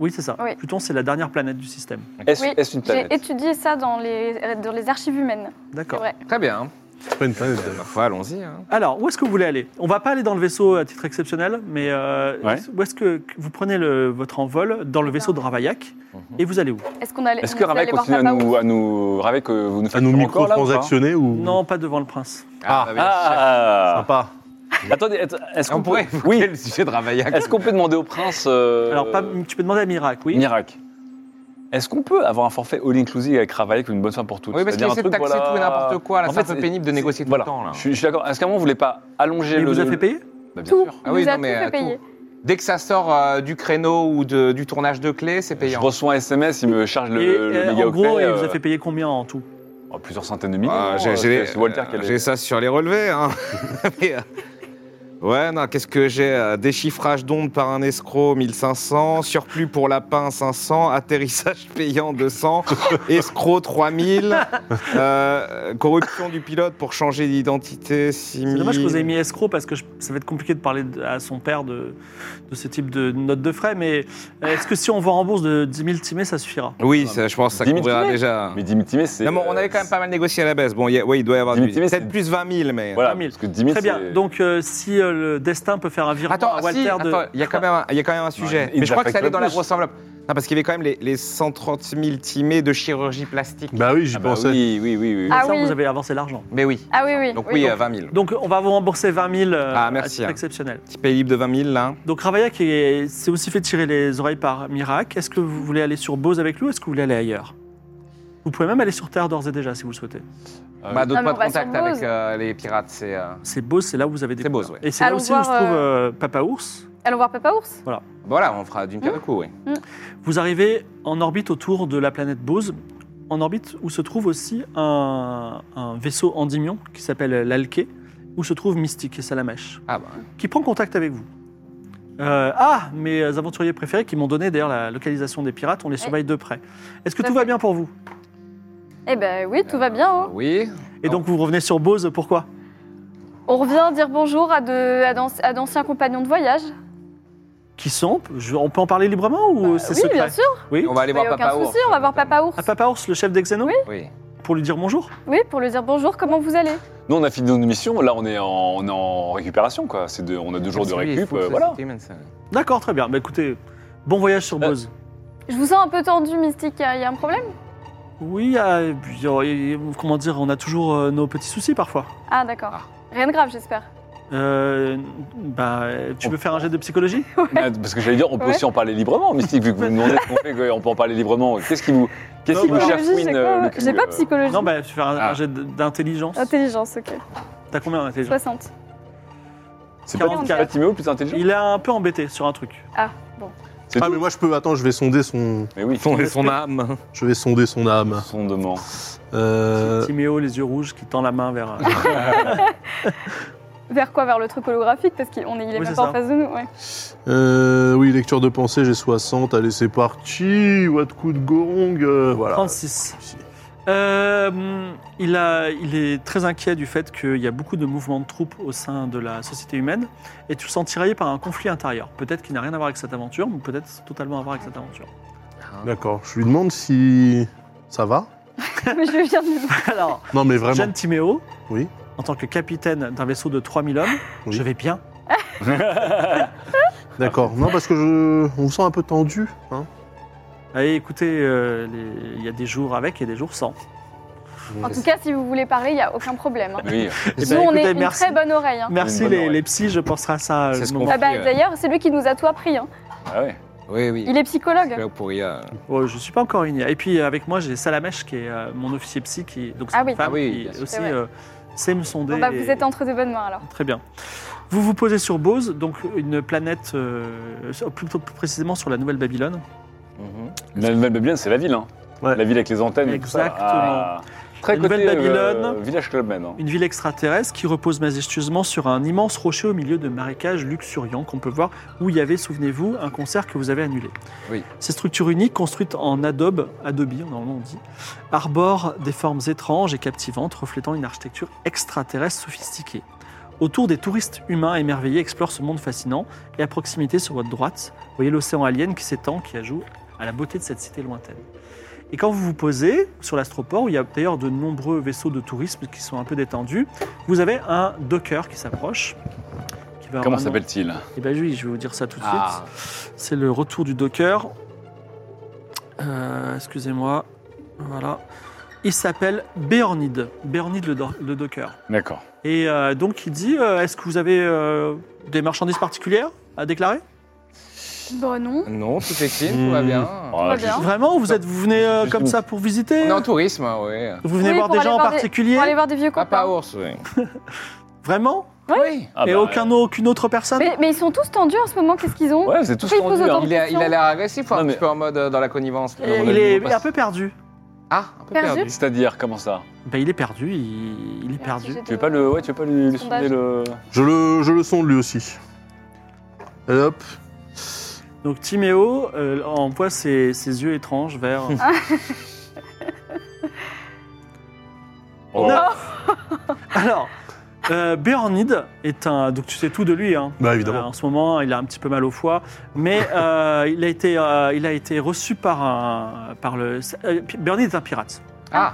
Oui, c'est ça.
Oui.
Pluton, c'est la dernière planète du système.
est-ce
Oui,
est-ce une
J'ai
planète
étudié ça dans les, dans les archives humaines. C'est
D'accord.
vrai.
Très bien.
C'est pas une planète,
Ma
d'ailleurs.
foi, Euh, allons-y. hein.
Alors, où est-ce que vous voulez aller On va pas aller dans le vaisseau à titre exceptionnel, mais euh,
Ouais.
où est-ce que que vous prenez le- votre envol dans le vaisseau de Ravaillac
Mhm.
et vous allez où
Est-ce qu'on allait.
Est-ce
on est
que
allé
Ravel
voir
continue à
papa ou-
nous, à nous. Ravel, que vous nous
À
faites
nous
Euh, encore, là, ou pas
micro-transactionner ou.
Non, pas devant le prince.
Ah, bah oui.
Ah
Sympa.
Attendez, att- est-ce qu'on
on pourrait
pourrait.
évoquer
Oui,
le sujet de Ravaillac.
est-ce qu'on peut demander au prince. euh,
Alors, pas- tu peux demander à Mirac, oui
Mirac. Est-ce qu'on peut avoir un forfait all-inclusive avec Ravel une bonne soirée pour toutes
Oui, parce qu'il
C'est-à-dire un
essaie de
truc,
taxer
voilà-
tout et n'importe quoi. Là,
En
c'est un
fait,
peu
c'est-
pénible de
c'est-
négocier tout
voilà.
le temps. Là.
Je suis, je suis d'accord. Est-ce qu'à un moment, vous voulez pas allonger
Il
le.
vous a
le-
fait payer
Bah, bien
Tout.
sûr.
Ah oui,
nous a
non,
tout
mais,
fait
euh,
payer.
Dès que ça sort euh, du créneau ou de- du tournage de clés, c'est
Je
payant.
reçois un SMS, il me charge le,
Et,
le
euh,
méga
En gros,
octet,
il vous a
euh,
fait payer combien en tout
oh, plusieurs centaines de millions.
Ah,
hein,
j'ai- j'ai-
c'est c'est Walter qui a
euh,
les-
j'ai ça sur les relevés. hein. Mais, euh, ouais, non, qu'est-ce que j'ai euh, Déchiffrage d'ondes par un escroc, 1500. Surplus pour lapin, 500. Atterrissage payant, 200. escroc, 3000. euh, corruption du pilote pour changer d'identité, 6000.
C'est dommage que vous ayez mis escroc parce que je- ça va être compliqué de parler de- à son père de, de ce type de note de frais, mais euh, est-ce que si on vous rembourse de 10 000 timés, ça suffira
Oui, ça, je pense que ça
10 000
couvrira
kilomètres.
déjà.
Mais Dimitimé, c'est.
Non, mais on avait quand même pas mal négocié à la baisse. Bon, il y a- ouais, il doit y avoir du...
10 000, c'est-
peut-être plus 20 000, mais...
Voilà,
20 000.
parce que 10 000,
Très bien.
c'est-
Donc, euh, si euh, le destin peut faire un virement
Attends,
à
si,
Walter de.
attends, il y a quand même un, il y a quand même un sujet.
il- il
mais je crois que
affecte
ça allait
le
dans la
plus.
grosse enveloppe. Non, parce qu'il y avait quand même les, les 130 000 timés de chirurgie plastique.
Bah oui, j'y
Ah bah
pensais.
Oui, oui, oui. oui.
Ah
Ça,
oui.
vous avez avancé l'argent.
Mais oui.
Ah oui, oui.
Donc oui,
oui.
euh, 20 000.
Donc, on va vous rembourser 20 000 euh,
Ah, merci,
à titre
hein.
exceptionnel.
Petit pays libre de 20 000, là.
Donc, Ravaillac est- s'est aussi fait tirer les oreilles par Mirac. Est-ce que vous voulez aller sur Bose avec lui ou est-ce que vous voulez aller ailleurs Vous pouvez même aller sur Terre d'ores et déjà si vous le souhaitez.
Euh,
bah, d'autres
Ah non, mais on
pas de
va sur
contact avec
Bose.
euh, les pirates, c'est... euh,
C'est Bose, c'est là où vous avez des.
C'est Bose, ouais.
Et c'est là
Allons
aussi où
voir,
se trouve
euh,
euh, Papa Ours.
Allons voir Papa Ours.
Voilà, on fera
Mmh.
d'une pierre deux coups, oui.
Vous arrivez en orbite autour de la planète Bose, en orbite où se trouve aussi un, un vaisseau endymion qui s'appelle l'Alké, où se trouve Mystique et Salamèche,
Ah bah,
qui prend contact avec vous. Euh, ah, mes aventuriers préférés qui m'ont donné d'ailleurs la localisation des pirates, on les surveille de près. Est-ce que
Tout à
tout va
fait.
bien pour vous
Eh ben oui, tout
euh,
va bien. hein.
oui.
Et donc vous revenez sur Bose, pourquoi
On revient dire bonjour à de- à d'anci- à d'anciens compagnons de voyage.
Qui sont Je- On peut en parler librement ou
Bah
Oh, c'est
oui,
secret
bien sûr.
Oui.
On va aller
Il n'y
voir
a aucun
Papa Ours.
souci, on va voir Papa Ours.
À Papa Ours, le chef d'Exeno,
Oui.
pour lui dire bonjour.
Oui, pour lui dire bonjour, comment vous allez
Nous, on a fini nos missions. Là, on est en, on est en récupération, quoi. C'est deux- on a deux jours de
Oui,
récup.
Full
euh, voilà.
Society Manson.
D'accord, très bien. Bah, écoutez, bon voyage sur
Euh,
Bose.
Je vous sens un peu tendu, Mystique, il y a il y a un problème
Oui, euh, et puis, euh, et- comment dire, on a toujours euh, nos petits soucis parfois.
Ah d'accord.
Ah.
Rien de grave, j'espère.
Euh, bah, tu veux faire un jet de psychologie
Ah, Parce que j'allais dire, on peut
Ouais.
aussi en parler librement, Mystique, vu que vous me demandez ce qu'on fait, qu'on peut en parler librement. Qu'est-ce qui vous, qu'est-ce qui vous
Psychologie, c'est
chafouine
quoi
euh, le cul,
J'ai pas
euh,
psychologie.
Non, bah, tu fais un, un
Ah.
jet d- d'intelligence.
Intelligence, ok.
T'as combien d'intelligence
60.
C'est pas, c'est pas
44.
Timéo le plus intelligent
Il est un peu embêté sur un truc.
Ah, bon.
C'est
Ah,
tout.
mais moi, je peux. Attends, je vais sonder son.
Mais oui,
Son, son âme.
Je vais sonder son âme.
sondement.
Euh,
Timéo, les yeux rouges, qui tend la main vers. euh,
Vers quoi Vers le truc holographique Parce qu'il on est, il est même
Oui, c'est
pas
ça.
en face de nous. Ouais.
euh, oui, lecture de pensée, j'ai 60. Allez, c'est parti. What coup de gorong. euh, voilà.
36. Euh, il, a, il est très inquiet du fait qu'il y a beaucoup de mouvements de troupes au sein de la société humaine et tu le sens tiraillé par un conflit intérieur. Peut-être qu'il n'a rien à voir avec cette aventure, mais peut-être totalement à voir avec cette aventure.
D'accord. Je lui demande si ça va.
Mais je viens de le
Alors,
Non, mais vraiment.
Jeanne Timéo,
Oui.
en tant que capitaine d'un vaisseau de 3000 hommes,
Oui.
je vais bien.
D'accord. Non, parce que je. On me sent un peu tendu. Hein.
Allez, écoutez, euh, les- il y a des jours avec et des jours sans.
En tout cas, si vous voulez parler, il n'y a aucun problème. hein.
Oui,
Eh
Nous,
ben,
on est
écoutez,
une
merci.
très bonne oreille. hein.
Merci
Une bonne
les,
oreille.
les psys, je penserai à ça. euh,
C'est
le
ce
moment.
qu'on-
Ah bah,
euh.
D'ailleurs, c'est lui qui nous a tout appris. hein.
Ah ouais.
Oui, oui.
Il est psychologue.
Là pour IA.
Oh, je suis pas encore igné. Et puis avec moi, j'ai Salamèche qui est euh, mon officier psy, qui donc c'est
Ah
une
oui.
femme
Ah oui,
qui
bien sûr.
aussi
C'est vrai.
euh, sait me sonder.
Bon, bah,
et-
vous êtes entre de bonnes mains alors.
Très bien. Vous vous posez sur Bose, donc une planète, euh, plutôt plus précisément sur la Nouvelle-Babylone.
La Nouvelle-Babylone, c'est la ville. Hein.
Ouais.
La ville avec les antennes et tout ça.
Exactement.
Ah. Très
La
côté
Nouvelle-Babylone.
euh, village club même. hein.
Une ville extraterrestre qui repose majestueusement sur un immense rocher au milieu de marécages luxuriants qu'on peut voir où il y avait, souvenez-vous, un concert que vous avez annulé.
Oui.
Ces structures uniques, construites en adobe, adobe normalement on dit, arborent des formes étranges et captivantes reflétant une architecture extraterrestre sophistiquée. Autour des touristes humains émerveillés explorent ce monde fascinant et à proximité sur votre droite, vous voyez l'océan alien qui s'étend, qui ajoute à la beauté de cette cité lointaine. Et quand vous vous posez sur l'astroport, où il y a d'ailleurs de nombreux vaisseaux de tourisme qui sont un peu détendus, vous avez un docker qui s'approche. qui va avoir
Comment
un nom.
s'appelle-t-il
Eh bien oui, je vais vous dire ça tout de
Ah.
suite. C'est le retour du docker. Euh, Excusez-moi. Voilà. Il s'appelle Béornide. Béornide le, do- le docker.
D'accord.
Et euh, donc il dit, euh, est-ce que vous avez euh, des marchandises particulières à déclarer
Bon, non.
Non, tout est clean, tout va bien.
Ah,
bien.
juste-
Vraiment Vous êtes, vous venez euh,
Juste
comme
nous.
ça pour visiter
On est en tourisme, hein, oui.
Vous venez
Oui,
voir
pour
des
aller
gens en
voir des-
particulier
Pour aller voir des vieux
Papa
copains.
ours, oui.
Vraiment
Ah
Et
bah,
aucun, aucune autre personne
Mais, mais ils sont tous tendus en ce moment, qu'est-ce qu'ils ont
Ouais, vous êtes tous
Pourquoi il pose
tendus.
autant
Hein.
Il a il a l'air agressif,
Non,
un
mais-
petit peu en mode euh, dans la connivence.
Et
On a
Il
le
est
nouveau
un
passe-
peu perdu.
Ah, un peu
Perdu.
perdu.
C'est-à-dire, comment ça
Ben, il est perdu, il, il est perdu.
Tu veux pas le, ouais, tu veux pas lui, lui
Sondage.
soulever le.
Je le, je le sonde lui aussi. Allez, hop.
Donc Timéo euh, envoie ses, ses yeux étranges vers...
Ah.
Oh.
Non. Alors, euh, Béornide est un... Donc tu sais tout de lui. Hein.
Bah, évidemment.
Euh, en ce moment, il a un petit peu mal au foie. Mais euh, il, a été, euh, il a été reçu par un... Par le, euh, Béornide est un pirate.
Ah,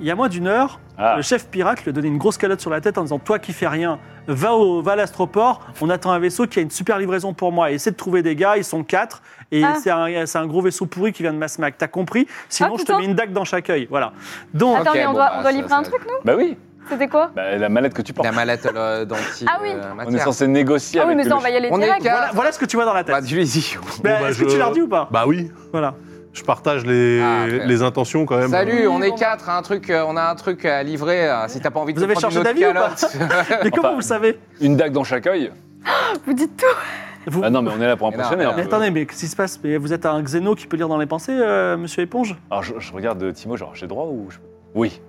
Il y a moins d'une heure,
Ah.
le chef pirate lui a donné une grosse calotte sur la tête en disant Toi qui fais rien, va, au, va à l'astroport, on attend un vaisseau qui a une super livraison pour moi. Et essaie de trouver des gars, ils sont quatre, et
Ah.
c'est un, c'est un gros vaisseau pourri qui vient de Masmac. T'as compris Sinon,
Ah,
je te
putain. Ah,
mets une dague dans chaque œil. Voilà. Donc,
Attends,
Ok,
mais on
bon,
doit,
bah,
on doit
ça-
livrer
ça-
un truc, nous
Bah oui,
C'était quoi
bah, la mallette que tu portes.
la mallette euh, d'anti.
Ah oui.
euh,
On est
matière.
censé négocier
Ah oui, mais
avec le
ça, on va y aller
On est
direct.
quatre.
voilà, voilà ce que tu vois dans la
Bah,
tête.
tu les dis.
Ben,
Bon, bah,
Est-ce que
je-
tu l'as redit ou pas
Bah oui.
Voilà.
Je partage les,
Ah, ok.
les intentions quand même.
Salut, on
Oui,
est
bon.
quatre, un truc, euh, on a un truc à livrer. euh, Si t'as pas envie de
Vous avez
te prendre
changé
une autre
d'avis ou pas
calotte.
Mais comment
Enfin,
vous le savez
Une dague dans chaque œil
Vous dites tout.
Vous-
Ah non, mais on est là pour
Mais non,
impressionner. hein.
mais
un
Mais
peu.
attendez, mais qu'est-ce qui se passe Mais Vous êtes un xéno qui peut lire dans les pensées, euh, monsieur Éponge
Alors, je, je regarde euh, Timo, genre, j'ai droit ou. je- Oui,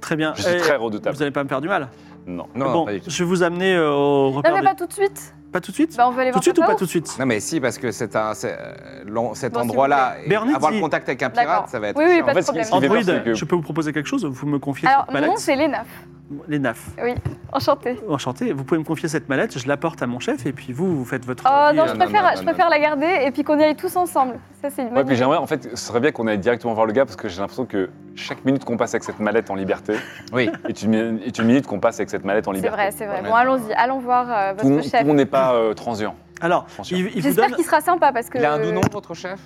Très bien.
je suis
Eh,
très
vous
redoutable.
n'allez pas me faire du mal.
Non.
non,
bon,
pas du tout.
je vais vous amener euh, au
Non,
repère.
mais
des-
pas tout de suite.
Pas tout de suite
Bah, on veut aller
Tout
voir
de suite ou
papa
pas
ours.
tout de suite
Non, mais si, parce que c'est un, c'est, euh, l'en- cet
Bon, si
endroit-là, et
Bernie
avoir le
dit-
contact avec un
D'accord.
pirate, ça va être.
Oui, oui, pas
chiant.
de
En fait, ce qui-
problème.
ce qui fait
Android,
peur, c'est que-
je peux vous proposer quelque chose Vous me confiez
Alors,
cette
mon nom,
mallette
c'est Léna.
Les nafs.
Oui, enchantée.
Enchanté, vous pouvez me confier cette mallette, je l'apporte à mon chef et puis vous, vous faites votre.
Oh non,
non,
je
non,
préfère,
non,
je
non,
préfère la garder et puis qu'on y aille tous ensemble. Ça, c'est une
Ouais,
bonne
puis
idée.
j'aimerais, en fait, ce serait bien qu'on aille directement voir le gars parce que j'ai l'impression que chaque minute qu'on passe avec cette mallette en liberté
Oui.
est une, mi- est une minute qu'on passe avec cette mallette en
C'est
liberté.
vrai, c'est vrai.
Ouais.
Bon, allons-y, allons voir euh,
Tout le monde-
votre
tout le
chef.
monde n'est pas euh, transient.
Alors,
Attention.
il, il vous
J'espère
donne.
qu'il sera sympa parce que.
Il a un doux nom, votre chef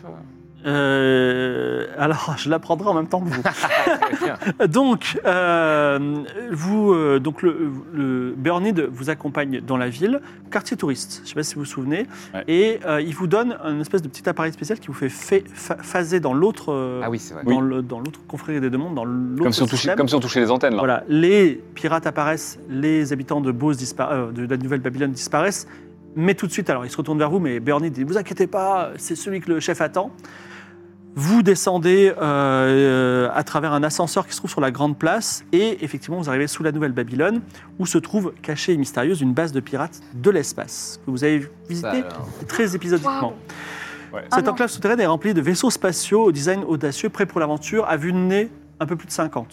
Euh, alors, je l'apprendrai en même temps que vous.
Ah
Donc, euh, vous, euh, donc le, le Bernid vous accompagne dans la ville, quartier touriste, je ne sais pas si vous vous souvenez,
Ouais.
et euh, il vous donne un espèce de petit appareil spécial qui vous fait fa- fa- phaser dans l'autre, euh,
Ah oui, c'est vrai.
dans le- dans l'autre confrérie des deux mondes, dans l'autre
Comme si, on touchait,
système.
comme si on touchait les antennes, là.
Voilà, les pirates apparaissent, les habitants de, Beauce dispara- euh, de la Nouvelle-Babylone disparaissent, mais tout de suite, alors ils se retournent vers vous, mais Bernie dit, vous inquiétez pas, c'est celui que le chef attend. Vous descendez euh, euh, à travers un ascenseur qui se trouve sur la grande place, et effectivement, vous arrivez sous la Nouvelle-Babylone, où se trouve cachée et mystérieuse une base de pirates de l'espace, que vous avez
Ça, euh,
visitée
alors.
très épisodiquement.
Ouais.
Cette
Ah non.
enclave souterraine est remplie de vaisseaux spatiaux au design audacieux, prêts pour l'aventure, à vue de nez un peu plus de 50.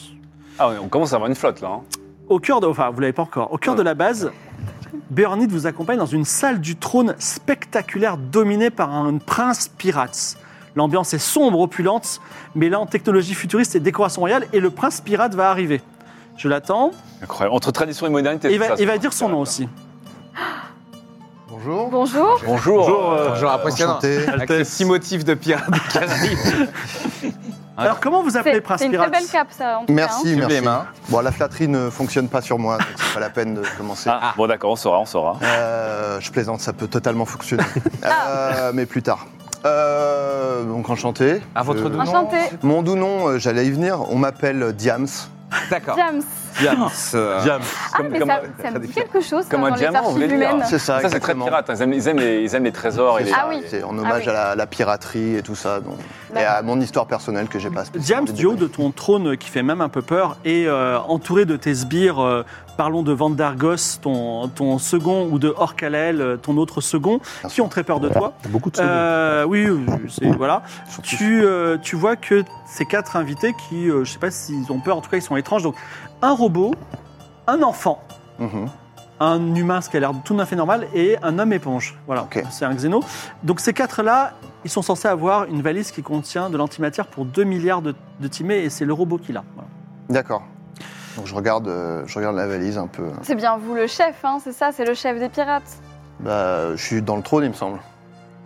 Ah ouais, on commence à avoir une flotte, là. hein.
Au cœur de, enfin, vous l'avez pas encore. Au cœur de la base, Bernid vous accompagne dans une salle du trône spectaculaire dominée par un prince pirate. L'ambiance est sombre, opulente, mêlant technologie futuriste et décoration royale, et le prince pirate va arriver. Je l'attends.
Incroyable. Entre tradition et modernité.
Et Il
c'est
va,
ça,
il va
ce
dire son
truc-là.
nom aussi.
Bonjour.
Bonjour.
Bonjour.
Bonjour, euh,
Genre impressionnant.
Enchanté.
Avec le petit motif de pirate de Caraïbes.
Alors, comment vous appelez
C'est
prince
c'est une très
pirate
belle cape, ça. En tout
Merci,
Sublime,
merci.
hein.
Bon, la flatterie ne fonctionne pas sur moi, donc c'est pas la peine de commencer.
Ah, bon, d'accord, on saura, on saura.
Euh, je plaisante, ça peut totalement fonctionner. Euh, mais plus tard. Euh, donc enchanté.
À votre
Je-
nom.
Hein. Enchanté.
Mon doux nom, euh, j'allais y venir, on m'appelle euh, Diams.
D'accord. euh,
James.
Diams.
Diam.
Ah,
Comme-
mais
comme-
ça, ça me dit quelque chose, ça,
comme un
dans les
diamant, on
archives
voulait dire.
humaines.
C'est ça,
Ça, c'est très
exactement.
pirate. hein. Ils aiment, ils aiment les, ils aiment les trésors et les.
C'est ça,
Ah oui.
C'est en hommage
Ah oui.
à la, la piraterie et tout ça, donc, et à mon histoire personnelle que j'ai pas
James,
spécialement envie de
du haut
dévoiler.
de ton trône qui fait même un peu peur, et euh, entouré de tes sbires, euh, parlons de Vandargos, ton, ton second, ou de Orkalel, euh, ton autre second,
Bien
qui ont très peur de toi.
Beaucoup de secondes.
Euh, oui, oui, oui, c'est- voilà.
Surtout-
Tu, euh, tu vois que ces quatre invités qui, euh, je sais pas s'ils ont peur, en tout cas ils sont étranges. Donc un robot, un enfant,
Mhm.
un humain, ce qui a l'air tout à fait normal, et un homme éponge. Voilà,
Ok.
c'est un xéno. Donc ces quatre-là, ils sont censés avoir une valise qui contient de l'antimatière pour 2 milliards de, de timés, et c'est le robot qui l'a. Voilà.
D'accord. Donc je regarde, euh, je regarde la valise un peu.
C'est bien vous le chef, hein, c'est ça, c'est le chef des pirates.
Bah, je suis dans le trône, il me semble.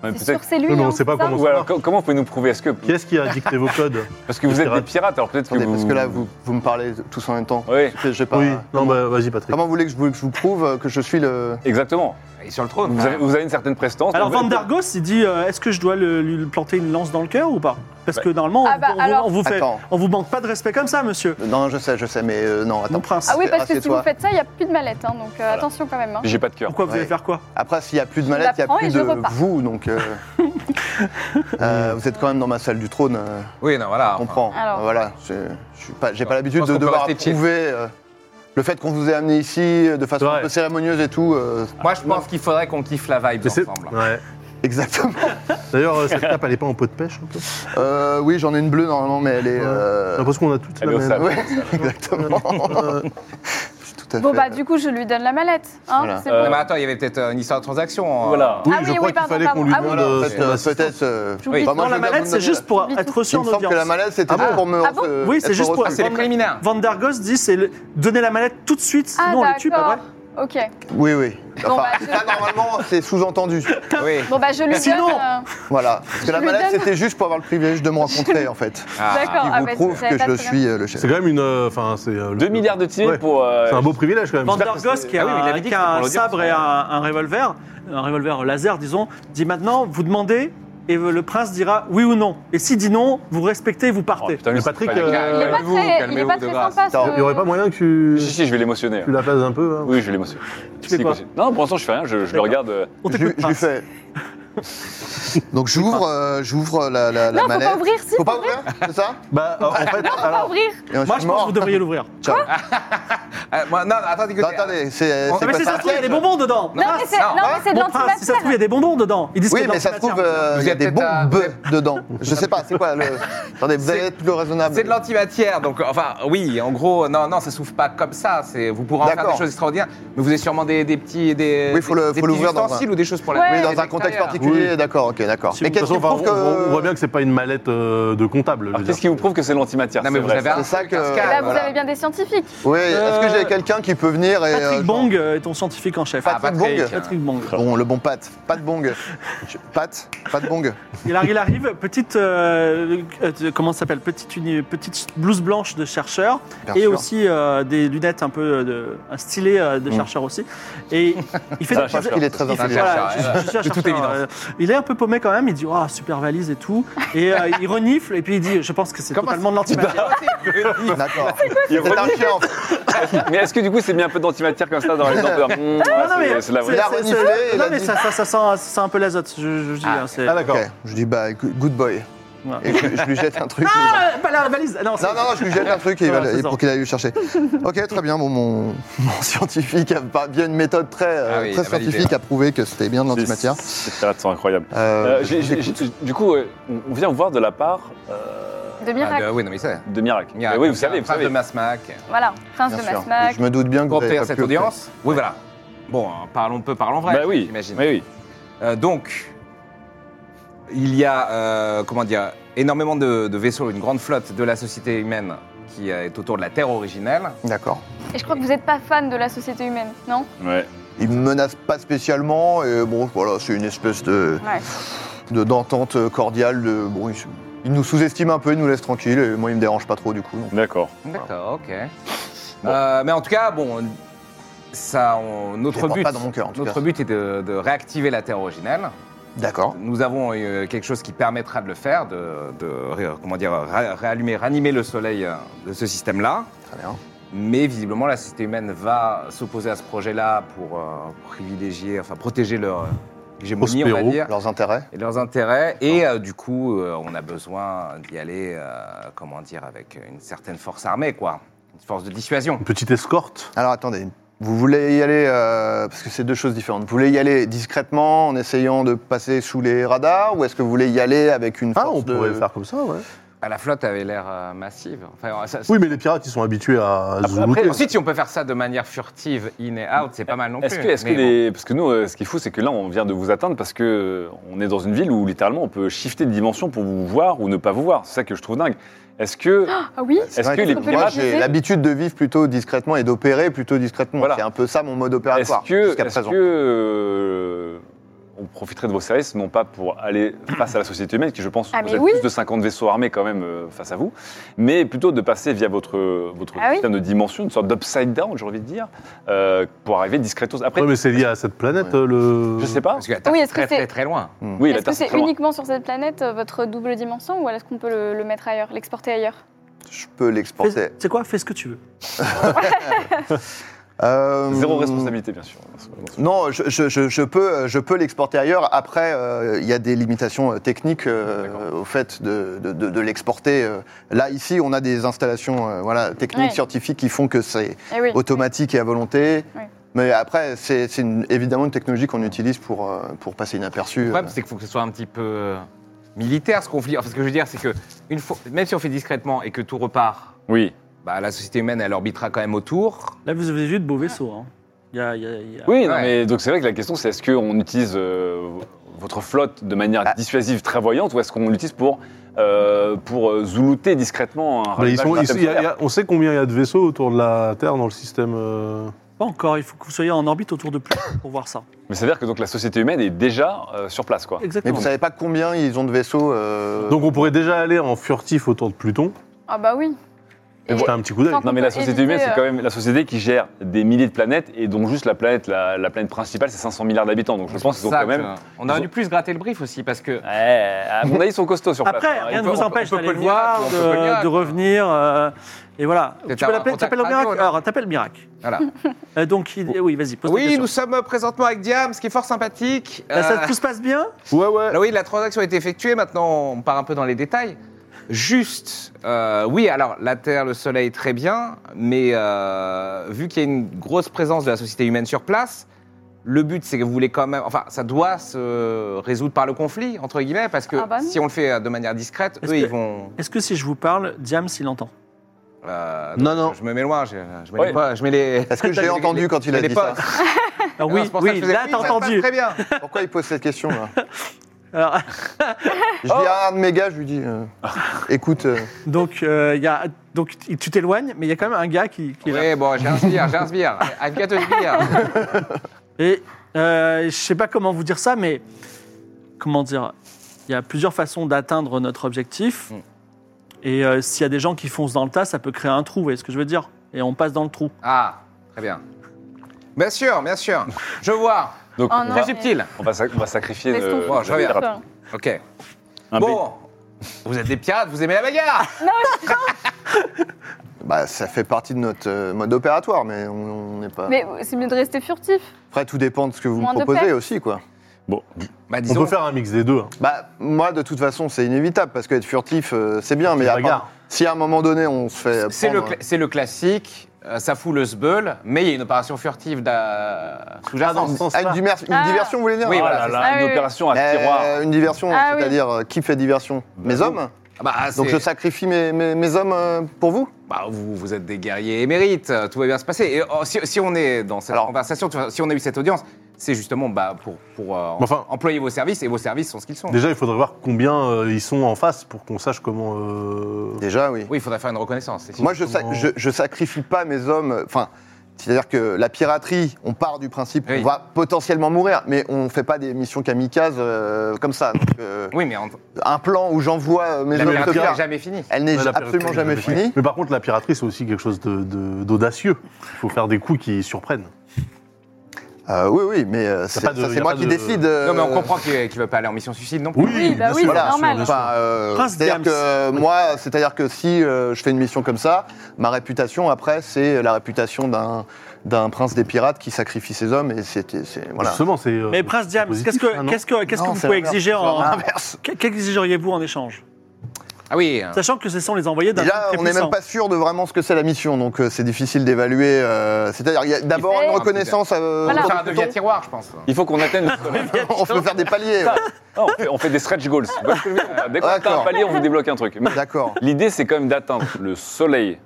Ouais,
C'est sûr
peut-être-
que c'est lui.
Oui, mais on
hein,
sait pas
c'est ça
comment-
Ou alors, co- comment vous pouvez nous prouver Est-ce que.
Qui est-ce qui a dicté vos codes
Parce que vous êtes des
pirate.
pirates, alors peut-être que
Attendez,
vous.
parce que là, vous, vous me parlez tous en même temps.
Oui,
Je sais pas.
Oui, non, bah, vas-y, Patrick.
Comment vous voulez que je vous, que je vous prouve euh, que je suis le.
exactement.
Il est sur le
Oh,
trône. hein.
Vous avez, vous avez une certaine prestance.
Alors
Vous-
bah-
Vandargos, il dit euh, est-ce que je dois le- lui planter une lance dans le cœur ou pas Parce que normalement,
Ah
on-
bah,
on, vous-
alors-
on vous fait,
Attends.
on vous manque pas de respect comme ça, monsieur.
Non, je sais, je sais, mais euh, non,
Mon
attends.
prince.
Ah oui, parce que si
Assieds-toi.
vous faites ça, il n'y a plus de mallette, hein, donc euh, attention quand même. hein.
J'ai pas de cœur.
Pourquoi vous
Ouais.
allez faire quoi
Après, s'il n'y a plus de mallette,
la
il n'y a
prends et
plus
je
de
repars.
vous, donc. euh, euh, vous êtes quand même dans ma salle du trône, euh,
Oui, non, voilà.
Ah.
je comprends.
Alors.
Voilà, je je suis pas, j'ai pas l'habitude
pense
de
qu'on peut
devoir
rester chill.
prouver euh, le fait qu'on vous ait amené ici euh, de façon
C'est vrai.
un peu cérémonieuse et tout. euh,
Moi, je pense qu'il faudrait qu'on kiffe la vibe
Mais c'est-
ensemble.
Ouais.
exactement.
D'ailleurs, euh, cette cape, elle est pas en peau de pêche un peu J'ai
Euh, oui, j'en ai une bleue normalement, mais elle est.
Ouais.
euh,
l'impression qu'on a toutes
Elle
la
est au
même.
sable.
Ouais, exactement.
Euh,
Je suis tout à
Bon
fait.
bah du coup, je lui donne la mallette. Hein,
Voilà.
c'est
Euh,
Ouais,
bon.
mais attends, il y avait peut-être euh, une histoire de transaction. euh,
Voilà.
oui,
Ah oui,
je
oui,
crois qu'il
pardon,
fallait qu'on
pardon.
lui
Ah oui,
demande
Voilà, en
euh,
fait,
son
euh,
assistance.
peut-être. euh,
J'oublie
enfin,
tout.
moi,
Non, la
je viens
mallette,
de-
c'est juste pour
Oublie
être reçu
Il
en
me semble que la
audience.
mallette, c'était
Ah bon
pour me.
Ah bon
euh,
Oui,
être
c'est juste pour-
Ah, c'est les préliminaires.
Vandargos dit c'est le- donner la mallette tout de suite,
Ah
sinon on les tue, pas vrai
d'accord. Ok.
Oui, oui.
Bon,
Enfin,
bah, je-
là, normalement, c'est sous-entendu.
Oui.
Bon bah je lui
Sinon-
donne. euh,
Voilà. Parce que la
lui
mallette,
donne-
c'était juste pour avoir le privilège de me rencontrer, en fait.
Ah,
D'accord.
Il
ah,
vous
bah,
prouve
j'avais
que
pas
je
très
suis euh, le chef.
C'est quand même une. euh, Enfin, c'est. euh, le-
2 milliards de tirs
Ouais.
pour. euh,
C'est un beau privilège quand même.
Vandargos, qui a,
Ah oui, mais il avait dit
qui a
que c'était
un
pour l'audience,
sabre et
ouais.
un, un revolver, un revolver laser, disons, dit maintenant, vous demandez, et le prince dira oui ou non. Et s'il dit non, vous respectez et vous
Oh,
partez.
putain, mais
Mais Patrick,
c'est pas les-
euh,
Il est pas
Calmez-vous,
très, il est
calmez-vous,
pas
de
très
grâce.
sympa.
Attends,
ce-
Il y aurait pas moyen que tu,
Si, si, je vais l'émotionner. hein.
tu la phases un peu. hein.
Oui, je vais l'émotionner.
Tu
Si,
fais quoi
possible. Non, pour l'instant, je fais rien. Je, je le
D'accord.
regarde. euh,
On
Je, lui-
t'écoute,
je lui
prince.
fais. Donc j'ouvre, euh, j'ouvre la, la, la
Non, faut
mallette.
pas ouvrir, si.
Faut pas ouvrir, c'est ça
Bah, euh, en fait,
Faut pas
alors.
ouvrir.
Et ensuite,
Moi, je pense
mort.
que vous devriez l'ouvrir.
Ciao.
Ah, moi- non, attendez,
Non,
écoutez.
attendez, c'est.
Non,
c'est
Non, mais
pas
si ça se trouve, il y a des bonbons dedans.
Non mais c'est
non,
non, mais c'est de
Mon prince, si ça se trouve, il y a
l'antimatière.
des bonbons dedans. Ils disent
Oui,
qu'il y a de
mais ça se trouve,
l'antimatière.
euh,
Vous
il y a
êtes
des
peut-être à-
bombes dedans. Je sais pas, c'est quoi le. Attendez, vous
C'est-
allez être plus raisonnable.
C'est de l'antimatière, donc enfin oui, en gros, non, non, ça s'ouvre pas comme ça. C'est vous pourrez en faire
D'accord.
des choses extraordinaires, mais vous avez sûrement des, des petits, des,
Oui, faut le-
des
faut
petits
l'ouvrir dans un-
ustensiles ou des choses pour la.
Ouais.
Oui,
des
dans un
extérieurs.
contexte particulier,
Oui.
d'accord, ok, d'accord.
Si
Mais
vous- de
qu'est-ce
toute façon,
qui
enfin,
prouve
on,
que.
on- on voit bien que c'est pas une mallette euh, de comptable. je veux
Alors,
dire.
qu'est-ce qui vous prouve que c'est l'antimatière
Non, mais
c'est
vous
vrai,
avez
ça
un
C'est ça que-
cascade,
Ah,
Là, vous
voilà.
avez bien des scientifiques.
Oui, est-ce que
Euh,
j'ai quelqu'un qui peut venir et.
Patrick
euh, genre-
Bong est ton scientifique en chef.
Ah, Patrick Bong.
Patrick Bong.
Bon, le bon Pat. Pat Bong. Pat, Pat Bong.
Il arri- il arrive, petite, euh, euh, comment ça s'appelle, petite, uni- petite blouse blanche de chercheur
Bien
et
sûr.
aussi euh, des lunettes un peu euh, de, un stylet euh, de chercheur aussi. Et il fait
Ça,
des
chercheur.
Mm. Il est très
il fait-
intelligent.
voilà, je- je suis un
De toute
chercheur,
évidence.
euh, il est un peu paumé quand même. Il dit oh, super valise et tout. Et euh, il renifle et puis il dit je pense que c'est
Comment
totalement de l'antimatière.
D'accord.
Il
C'est un
renifle.
chien. en fait.
Mais est-ce que du coup, c'est mis un peu d'antimatière comme ça dans les lampeurs Mmh, ouais,
Bah,
non, mais
c'est- C'est la
c'est-
vraie.
Il a
c'est-
reniflé,
c'est-
il
non,
a
mais
dit-
ça, ça, ça sent, ça sent un peu l'azote. Je, je, je dis,
Ah,
hein, c'est-
Ah d'accord.
Ok, je dis bah écou- good boy.
Ouais.
Et je, je lui jette un truc.
Ah, pas la valise. Non, c'est-
Non, non, non, je lui jette un truc et il va-
Voilà, c'est ça.
pour qu'il aille le chercher. Ok, très bien. Bon, mon, mon scientifique a pas- bien une méthode très, euh,
Ah oui,
très
il a validé.
scientifique à prouver que c'était bien de l'antimatière.
C'est- Ces pirates sont incroyables.
Euh,
Euh,
je
j'ai-
vous
j'ai-
écoute.
j'ai- Du coup, euh, on- on vient vous voir de la part euh,
De
Ah,
miracles.
bah oui, non, mais c'est.
de Miracle. Mais oui, vous savez, vous savez.
de Masmac.
Voilà, prince
Bien
de
sûr.
Masmac.
Je me doute bien que vous avez
Comptez
pas
à cette
pu-
audience Oui, voilà. Bon, hein, parlons peu, parlons vrai.
Bah oui,
j'imagine.
oui, oui.
Euh, donc, il y a, euh, comment dire, énormément de, de vaisseaux, une grande flotte de la société humaine qui euh, est autour de la Terre originelle.
D'accord.
Et je crois que vous n'êtes pas fan de la société humaine, non
Ouais.
Il me menace pas spécialement et bon, voilà, c'est une espèce de
Ouais.
de- d'entente cordiale. De, bon, il, il nous sous-estime un peu, il nous laisse tranquille et moi, il me dérange pas trop du coup. donc.
D'accord.
D'accord, ok.
Bon.
Euh, mais en tout cas, bon, ça, on-
Je
notre
les porte
but,
pas dans mon cœur, en tout
notre
cas.
but est de, de réactiver la Terre originelle.
D'accord.
Nous avons euh, quelque chose qui permettra de le faire, de, de ré- comment dire, ra- réallumer, ranimer le soleil euh, de ce système-là.
Très bien.
Mais visiblement, la société humaine va s'opposer à ce projet-là pour euh, privilégier, enfin protéger leur euh, hégémonie, on va
Prospero.
dire,
Leurs intérêts.
et leurs intérêts. Et euh, du coup, euh, on a besoin d'y aller, euh, comment dire, avec une certaine force armée, quoi. Une force de dissuasion.
Une petite escorte.
Alors attendez, vous voulez y aller, euh, parce que c'est deux choses différentes, vous voulez y aller discrètement en essayant de passer sous les radars ou est-ce que vous voulez y aller avec une force
Ah, on
de-
pourrait le faire comme ça, ouais.
Ah, La flotte avait l'air euh, massive. Enfin, ça- ça-
Oui, mais les pirates, ils sont habitués à zoulouter.
Ensuite, si on peut faire ça de manière furtive, in et out, c'est pas mal non plus.
Est-ce que, est-ce que
Mais bon.
les- parce que nous, euh, ce qu'il faut, c'est que là, on vient de vous atteindre parce que euh, on est dans une ville où littéralement on peut shifter de dimension pour vous voir ou ne pas vous voir. C'est ça que je trouve dingue. Est-ce que,
Ah oui
est-ce
vrai
que
que
les
c'est
Moi,
pirates,
dommage.
j'ai l'habitude de vivre plutôt discrètement et d'opérer plutôt discrètement.
Voilà.
C'est un peu ça mon mode
est-ce
opératoire
que,
jusqu'à
est-ce
présent.
que euh, on profiterait de vos services non pas pour aller face à la société humaine, qui je pense
Ah,
vous
mais
êtes
oui.
plus de 50 vaisseaux armés quand même euh, face à vous, mais plutôt de passer via votre votre
Ah oui.
système de dimension, une sorte d'upside down, j'ai envie de dire, euh, pour arriver discretos. Après,
Ouais, mais c'est lié à cette planète, euh, le.
je sais pas.
Parce que la Terre,
Oui,
c'est
est-ce que
très,
c'est-
très très loin.
Oui,
Est-ce
la
que
Terre c'est
c'est
très loin.
uniquement sur cette planète euh, votre double dimension ou est-ce qu'on peut le, le mettre ailleurs, l'exporter ailleurs
Je peux l'exporter.
Fais- C'est quoi Fais ce que tu veux.
Euh,
Zéro responsabilité bien sûr.
Non, je, je- je- je peux, je peux l'exporter ailleurs. Après, euh, il y a des limitations euh, techniques euh,
D'accord.
au fait de, de- de- de l'exporter. euh. Là, ici, on a des installations euh, voilà, techniques,
Ouais.
scientifiques qui font que c'est
Eh oui.
automatique et à volonté.
Oui.
Mais après, c'est c'est une- évidemment une technologie qu'on utilise pour, euh, pour passer inaperçu.
Le
euh.
problème, c'est qu'il faut que ce soit un petit peu euh, militaire ce conflit. Enfin, ce que je veux dire, c'est que une fois, même si on fait discrètement et que tout repart,
Oui.
bah, la société humaine, elle orbitera quand même autour.
Là, vous avez vu de beaux vaisseaux. hein. Il y a- il y a- il y a-
Oui, non,
Ouais.
mais donc c'est vrai que la question c'est est-ce qu'on utilise euh, votre flotte de manière
Ah.
dissuasive, très voyante, ou est-ce qu'on l'utilise pour, euh, pour euh, zoulouter discrètement un
Mais ils
ravage
sont-
d'un
ils-
système
il y a- il y
solaire
a- on sait combien il y a de vaisseaux autour de la Terre dans le système. euh,
Pas encore, il faut que vous soyez en orbite autour de plus pour voir ça.
Ah.
Mais ça veut dire que donc, la société humaine est déjà euh, sur place, quoi.
Mais
Exactement.
vous savez pas combien ils ont de vaisseaux euh,
Donc on pourrait déjà aller en furtif autour de Pluton.
Ah bah oui.
Et
Et-
jeter un petit coup d'œil.
Sans-
Non, mais
On
la
peut
société
éviter,
humaine, c'est
euh,
quand même la société qui gère des milliers de planètes et dont juste la planète, la, la planète principale, c'est 500 milliards d'habitants. Donc je pense qu'ils ont
Ça
quand
que-
même.
On aurait
ils ont-
dû plus gratter le brief aussi parce que.
Ouais, à mon avis, ils sont costauds sur place.
Après,
hein.
rien
Ils
ne
peuvent-
vous
on peut-
empêche
on peut
d'aller le
Cognac,
voir,
on peut
de,
Cognac.
de revenir. euh, et voilà.
Peut-être
Tu peux
un
l'appeler-
contact
t'appelles le miracle
radio, là.
Alors, t'appelles le miracle.
Voilà.
Euh, donc, il- oui, vas-y, pose ta
oui,
question.
nous sommes présentement avec Diam, ce qui est fort sympathique.
Là, ça-
Euh,
tout se passe bien
Ouais, ouais.
Là, oui, la transaction a été effectuée. Maintenant, on part un peu dans les détails. Juste, euh, oui, alors la Terre, le Soleil, très bien, mais euh, vu qu'il y a une grosse présence de la société humaine sur place, le but c'est que vous voulez quand même, enfin, ça doit se résoudre par le conflit entre guillemets, parce que
Ah bah non.
si on le fait euh, de manière discrète,
Est-ce
eux
que-
ils vont.
Est-ce que si je vous parle, Diam s'il entend
euh,
Non, non.
Je me mets loin, je, je mets,
Ouais.
les, pas- je mets les.
Est-ce que j'ai entendu quand il a
les
dit
pas-
ça
Alors Ah oui,
Non, c'est pour ça que
oui,
je faisais,
là
oui,
t'as
ça se passe
entendu.
Très bien.
Pourquoi il pose cette question là
Alors,
Oh.
Je dis à un de mes gars, je lui dis euh, écoute, euh,
donc, euh, il y a, donc tu t'éloignes, mais il y a quand même un gars qui, qui est là.
Oui, bon, j'ai un sbire, j'ai un sbire. I've got a sbire.
Et euh, je sais pas comment vous dire ça, mais comment dire Il y a plusieurs façons d'atteindre notre objectif.
Mm.
Et euh, s'il y a des gens qui foncent dans le tas, ça peut créer un trou, vous voyez ce que je veux dire Et on passe dans le trou.
Ah, très bien. Bien sûr, bien sûr. Je vois.
Donc,
Oh
on,
non.
Très
va,
subtil.
on va sac- on va sacrifier
Laisse
le-
ton
Bon, je reviens.
le-
Enfin,
Ok.
un bé-
Bon. Vous êtes des pirates, vous aimez la bagarre.
bah, ça fait partie de notre euh, mode opératoire, mais on on n'est pas.
Mais c'est mieux de rester furtif.
Après, tout dépend de ce que vous
Moins
me
de
proposez
place.
aussi, quoi.
Bah,
On
disons.
peut faire un mix des deux. hein.
Bah, moi, de toute façon, c'est inévitable parce qu'être furtif, euh, c'est bien, mais
la
à part-
bagarre.
si à un moment donné, on se fait.
C'est le,
euh, prendre-
cla- c'est le classique, euh, ça fout le sbeul, mais il y a une opération furtive d'a- sous-jacente.
Ah, une, dimer- une
Ah.
diversion, vous voulez dire hein
Oui,
Ah
voilà,
là
c'est
là,
ça. Ah
une
oui.
opération à
Euh,
tiroir.
Une diversion,
Ah, oui.
c'est-à-dire euh, qui fait diversion Mes
vous.
hommes
Ah bah,
Donc
c'est-
je sacrifie mes, mes- mes hommes euh, pour vous
bah, vous, vous êtes des guerriers émérites, euh, tout va bien se passer. Et oh, si, si on est dans cette
Alors-
conversation, tu vois, si on a eu cette audience, c'est justement bah, pour, pour euh,
Enfin-
employer vos services, et vos services sont ce qu'ils sont.
Déjà, il faudrait voir combien euh, ils sont en face pour qu'on sache comment. euh,
Déjà, oui.
Oui, il faudrait faire une reconnaissance. c'est sûr.
Moi, je, sa-
Comment-
je, je sacrifie pas mes hommes. euh, Enfin, c'est-à-dire que la piraterie, on part du principe
Oui.
qu'on va potentiellement mourir, mais on fait pas des missions kamikazes euh, comme ça. Donc, euh,
Oui, mais en-
Un plan où j'envoie euh, mes
la
hommes se
piraterie
faire.
n'est jamais finie.
Elle n'est
Ouais, la piraterie,
absolument jamais
ouais.
finie.
Mais par contre, la piraterie, c'est aussi quelque chose de- de- d'audacieux. Il faut faire des coups qui surprennent.
Euh, oui, oui, mais euh, c'est
pas de-
ça,
y
c'est
a
moi
pas
qui
de-
décide. euh,
Non, mais on comprend qu'il ne veut pas aller en mission suicide non plus.
Oui, bah
bien
oui,
sûr,
c'est
bien sûr,
normal.
bien sûr.
Enfin, euh,
Prince
c'est-à-dire
Diams.
que euh, moi, c'est-à-dire que si euh, je fais une mission comme ça, ma réputation après, c'est la réputation d'un d'un prince des pirates qui sacrifie ses hommes et c'était c'est voilà.
Justement, c'est. euh,
Mais Prince Diams,
positif,
qu'est-ce
ça,
que,
non
qu'est-ce que, qu'est-ce que
Non,
vous
c'est
pouvez
l'inverse,
exiger
c'est
en.
l'inverse.
Qu'e- Qu'exigeriez-vous en échange
Ah oui, hein.
Sachant que ce sont les envoyés d'un
Déjà,
groupe très
on n'est même
puissant.
pas sûr de vraiment ce que c'est la mission, donc euh, c'est difficile d'évaluer. euh, c'est-à-dire, il y a d'abord
Il
une
fait-
reconnaissance. euh,
Voilà.
autour
faire un
du
devis à
bouton.
tiroir, je pense.
Il faut qu'on atteigne.
On peut faire des paliers. ouais.
Non, on, fait, on fait des stretch goals. Vous voyez ce que je veux dire Dès qu'on atteint un
D'accord.
palier, on vous débloque un truc. Mais
D'accord.
L'idée, c'est quand même d'atteindre le soleil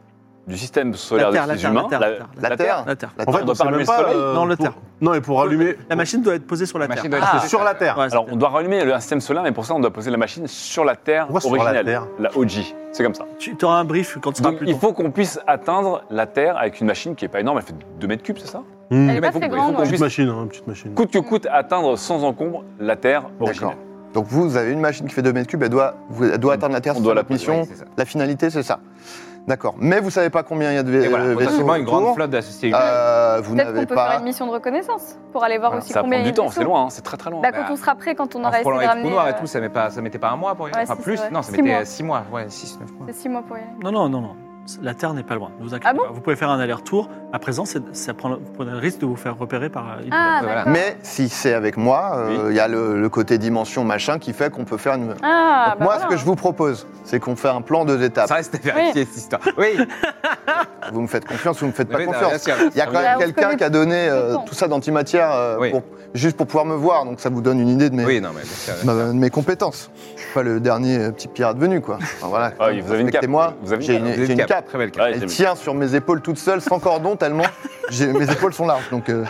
du système solaire
La Terre,
de
la
ces
Terre,
humains.
la Terre, la Terre,
La, terre.
La Terre.
La
En
Terre.
fait,
On doit
on sait
pas
même
allumer le
pas.
soleil
euh,
Non, le
pour-
terre.
hein, Non, et pour allumer.
La machine doit être posée sur la
La
Terre.
machine doit être
Ah,
posée
Sur la terre.
ouais, c'est-
Alors, on doit rallumer le système solaire, mais pour ça, on doit poser la machine sur la Terre
Pourquoi sur la
originelle,
Terre
OG. C'est comme ça.
Tu auras un brief quand tu seras
Donc,
plus
il
tôt.
faut qu'on puisse atteindre la Terre avec une machine qui est pas énorme. Elle fait 2 mètres cubes, c'est ça
Mmh.
Elle est
Mais
pas
faut-
très
faut
grande.
qu'on
ouais.
Petite machine, hein, petite machine.
Coûte que coûte, atteindre sans encombre la Terre
D'accord.
originelle.
Donc vous avez une machine qui fait 2 mètres cubes, elle doit, vous- elle doit atteindre la Terre.
On
c'est
doit la
notre mission.
Oui, c'est ça.
La finalité, c'est ça. D'accord. Mais vous savez pas combien il y a de vais-
Et voilà,
euh, vaisseaux
potentiellement une grande
autour.
flotte de la société humaine.
Euh, vous
Peut-être qu'on
n'avez
peut
pas.
faire une mission de reconnaissance pour aller voir
Voilà,
Ah, aussi
Ça va
combien
prendre
il y a
du
de
temps,
vaisseaux.
c'est loin, hein, c'est très très loin.
Bah,
Bah,
quand on sera prêt, quand on
En
aura
se
essayé
frôlant
de
les trous
ramener.
noirs et
euh,
tout, ça, met pas, ça mettait pas un mois pour y
Ouais,
Enfin
c'est
plus,
vrai.
non, ça
Six
mettait
mois.
6 mois, ouais, 6, 9 mois.
C'est euh, six mois pour y aller.
Non, non, non, non. La Terre n'est pas loin. Ne vous inquiétez
Ah bon
pas. Vous pouvez faire un aller-retour. À présent, c'est- ça prend, vous prenez le risque de vous faire repérer par. euh,
Ah,
Voilà.
d'accord.
Mais si c'est avec moi, euh, il y a le, le côté dimension machin qui fait qu'on peut faire
Ah,
une. Donc
bah
moi,
voilà.
ce que je vous propose, c'est qu'on fait un plan deux étapes.
Ça reste à vérifier cette histoire. Oui,
Vous me faites confiance ou vous me faites pas
Oui, non, bien
confiance
sûr.
Il y a quand
Bah,
même
on
quelqu'un
connaît
qui a donné euh,
temps.
tout ça d'antimatière euh,
Oui.
pour- juste pour pouvoir me voir, donc ça vous donne une idée de mes,
Oui, non, mais bien sûr.
ma- de mes compétences. Je suis pas le dernier euh, petit pirate venu, quoi. Enfin, voilà.
Ah oui, vous avez une cape.
Respectez-moi.
Vous avez une
J'ai
cape.
une,
Vous avez
j'ai une cape.
Très belle cape.
Ouais,
Elle
j'ai vu.
tient sur mes épaules toute seule, sans cordon, tellement j'ai- mes épaules sont larges. Donc, euh,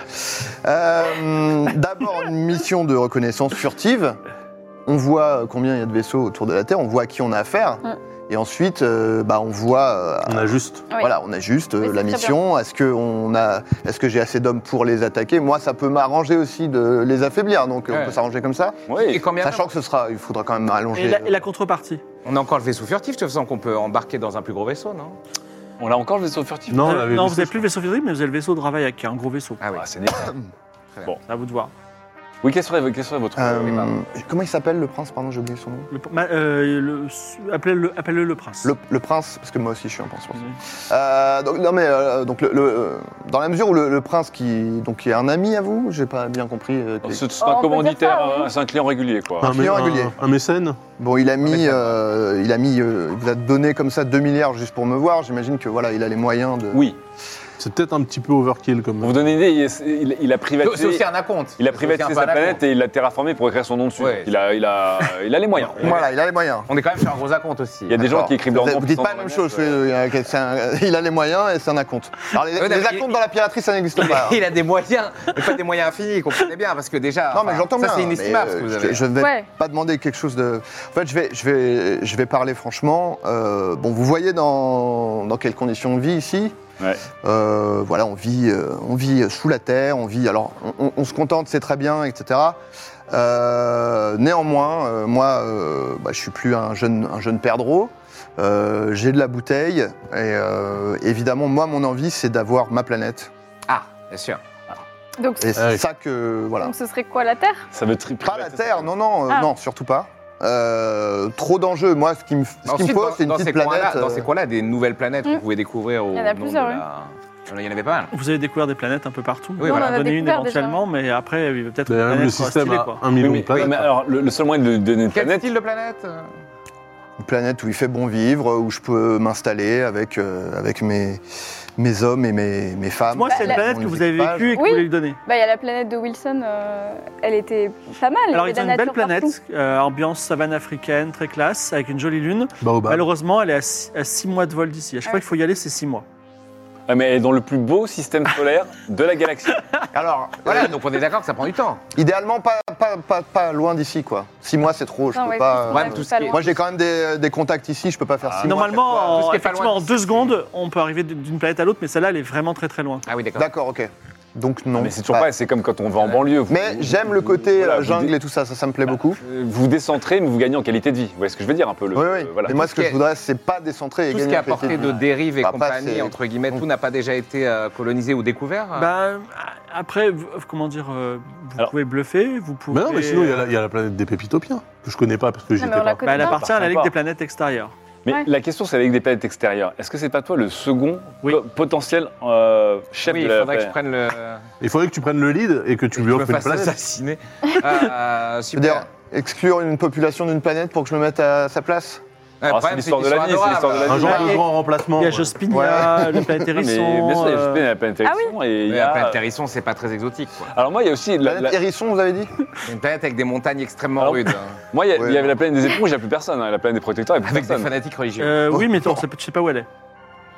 euh, d'abord une mission de reconnaissance furtive. On voit combien il y a de vaisseaux autour de la Terre, on voit à qui on a affaire,
Mm. Ah
et ensuite, euh, bah, on voit. euh,
On a juste.
Oui.
Voilà, on a juste euh,
Oui, c'est
la
très
mission. Est-ce que on a, est-ce que j'ai assez d'hommes pour les attaquer Moi, ça peut m'arranger aussi de les affaiblir, donc
Ouais.
on peut s'arranger comme ça.
Et
Oui,
combien de temps
Sachant que ce sera, il faudra quand même
Et
allonger.
la,
euh,
et la contrepartie
On a encore le vaisseau furtif, de toute façon qu'on peut embarquer dans un plus gros vaisseau, non
on a encore le vaisseau furtif.
Non, on
Euh,
l'avait
Non,
vu,
vous
ça,
n'avez plus le vaisseau fusée, mais vous avez le vaisseau de Ravaillac, qui est un gros vaisseau.
Ah oui.
Ah, c'est nul.
C'est à vous de voir.
Oui, quel serait, quel serait votre.
euh, comment il s'appelle le prince Pardon, j'ai oublié son nom.
Le- ma- euh, le- Appelez-le appelez-le le prince.
Le, le prince, parce que moi aussi je suis un prince.
Oui.
Mhm.
Euh, donc, non mais euh, donc le, le, euh, dans la mesure où le, le prince qui donc qui est un ami à vous, j'ai pas bien compris. euh, quel-
C'est c'est
Oh, on
un
peut
commanditaire,
dire ça, oui.
euh, c'est un client régulier, quoi.
Un client
mé-
régulier.
un mécène
Bon, il a
mais
mis,
ça-
euh, il a mis, euh, il vous a donné comme ça 2 milliards juste pour me voir. J'imagine que voilà, il a les moyens de.
Oui,
C'est peut-être un petit peu overkill comme.
Pour vous donner une idée, il, est- il- il a privatisé.
C'est aussi un acompte.
Il a
C'est
privatisé
aussi un
sa
peu un
planète
acompte.
et il l'a terraformée pour écrire son nom dessus.
Ouais.
Il, a, il, a, il a les moyens.
Voilà, il a les moyens.
On est quand même sur un gros acompte aussi.
Il y a des gens qui écrivent leur nom.
Vous dites
sans
pas la
leur
même
nom,
chose.
euh,
celui- euh, c'est un- Il a les moyens et c'est un acompte. Alors, les,
Ouais,
les
mais il-
acomptes dans la piraterie, ça n'existe
Il
pas. hein.
a, il a des moyens, mais pas des moyens infinis, comprenez bien, parce que déjà.
Non, mais
enfin,
j'entends bien.
Ça, c'est inestimable
mais,
ce que vous
euh,
avez.
Je, je vais
Ouais.
pas demander quelque chose de. En fait, je vais, je vais, je vais parler franchement. Euh, bon, vous voyez dans, dans quelles conditions on vit ici.
Ouais.
Euh, voilà, on vit, euh, on vit sous la terre, on vit. Alors, on, on- on se contente, c'est très bien, etc. Euh, néanmoins, euh, moi, euh, bah, je suis plus un jeune, un jeune perdreau. Euh, J'ai de la bouteille et euh, évidemment, moi, mon envie, c'est d'avoir ma planète.
Ah, bien sûr.
Donc,
Et c'est
Ah oui.
ça que voilà.
donc ce serait quoi la Terre
Ça veut tri-
Pas la
privatiser.
Terre, non, non, euh,
Ah.
non, surtout pas. Euh, trop d'enjeux. Moi, ce qu'il me, ce qu'il me
Ensuite,
faut,
dans-
c'est une
dans
petite
ces coins-là-
planète.
Dans
euh,
ces coins-là, des nouvelles planètes que vous pouvez découvrir au.
Mmh. Il y en a
nom
plusieurs, hein.
de
oui.
la- Il y en avait pas mal.
Vous avez découvert des planètes un peu partout.
Oui, voilà.
on en a
Donner une
découvert déjà.
éventuellement, mais après, il y a peut-être une
D'ailleurs,
planète
le
sera
système
stylée,
a
quoi.
un million
Oui, mais,
de planètes.
mais alors, le, le seul moyen de lui donner une
Quel
planète,
style de planète euh,
une planète où il fait bon vivre, où je peux m'installer avec, euh, avec mes, mes hommes et mes, mes femmes.
Moi, c'est une
la-
planète que vous avez vécue et que
Oui.
vous voulez lui donner.
Bah, il y a la planète de Wilson, euh, elle était pas mal. il y
Alors,
avait
ils
de
ont
la
une belle
nature partout.
planète, euh, ambiance savane africaine, très classe, avec une jolie lune.
Baobab.
Malheureusement, elle est à 6 mois de vol d'ici. À chaque
Ah
fois
oui.
qu'il faut y aller, c'est 6 mois.
ah, mais elle est dans le plus beau système solaire de la galaxie.
Alors,
Voilà, donc on est d'accord que ça prend du temps.
idéalement, pas, pas, pas, pas loin d'ici, quoi. Six mois, c'est trop. Je
Non,
peux
ouais,
pas. euh,
c'est
Ouais,
vrai,
tout ce
pas
qui est-
loin.
Moi, j'ai quand même des, des contacts ici, je peux pas faire
Ah,
six mois.
fois, tout
Normalement, en,
ce qui est pas loin,
effectivement, en
c'est-
deux secondes, on peut arriver d'une planète à l'autre, mais celle-là, elle est vraiment très très loin.
Ah oui, d'accord.
D'accord, ok. Donc, non.
mais c'est toujours pas, c'est comme quand on va en banlieue. vous-
Mais
vous-
j'aime le
vous-
côté
voilà,
euh,
vous
jungle
dé-
et tout ça, ça, ça me plaît beaucoup.
euh, Vous décentrez, mais vous gagnez en qualité de vie. Vous voyez ce que je veux dire un peu le,
Oui,
euh,
oui.
voilà.
Mais moi, ce
qui
que je
est-
voudrais, c'est pas décentrer et
Tout ce
gagner
qui est
un petit
apporté
peu.
de dérives et
Bah, pas
compagnie,
assez.
entre guillemets, tout n'a pas déjà été euh, colonisé ou découvert
Ah.
euh
Bah, après, vous- comment dire, euh, vous
Alors-
pouvez bluffer, vous pouvez.
Mais non, mais sinon, il y, a la- il y a la planète des Pépitopiens, que je connais pas parce que j'y
mais
étais
on la
pas.
connaît.
Bah, elle
Non,
appartient à la Ligue
pas.
des planètes extérieures.
Mais
Ouais.
la question, c'est avec des planètes extérieures. Est-ce que c'est pas toi le second
Oui.
po- potentiel euh, chef
Oui,
de
il
la
faudrait que je
planète
prenne le.
Il faudrait que tu prennes le lead et que
je
tu lui
me
offres une
fasse
planète.
assassiner. Euh,
Je veux dire,
super.
Ah,
exclure une population d'une planète pour que je me mette à sa place
Ouais, le
c'est
problème,
l'histoire
qu'ils
de la
sont
vie, c'est l'histoire de la
Un
vie.
genre
Ouais.
de grand remplacement.
Il y a
ouais.
Jospinia, le planète
Non,
hérisson,
mais bien sûr, il y a
euh,
la planète
Ah oui.
Hérisson et il
Mais
y a-
la planète Hérisson, c'est pas très exotique. Quoi.
Alors moi, il y a aussi la-
Planète
la-
Hérisson, vous avez dit
C'est Une planète avec des montagnes extrêmement
Alors-
rudes, hein,
moi, il y, a-
Ouais.
il y avait la planète des éponges, il n'y a plus personne. hein. La planète des protecteurs, il n'y a plus
avec des
personne.
fanatiques religieux.
euh, oui, mais
non.
attends, ça peut- je sais pas où elle est.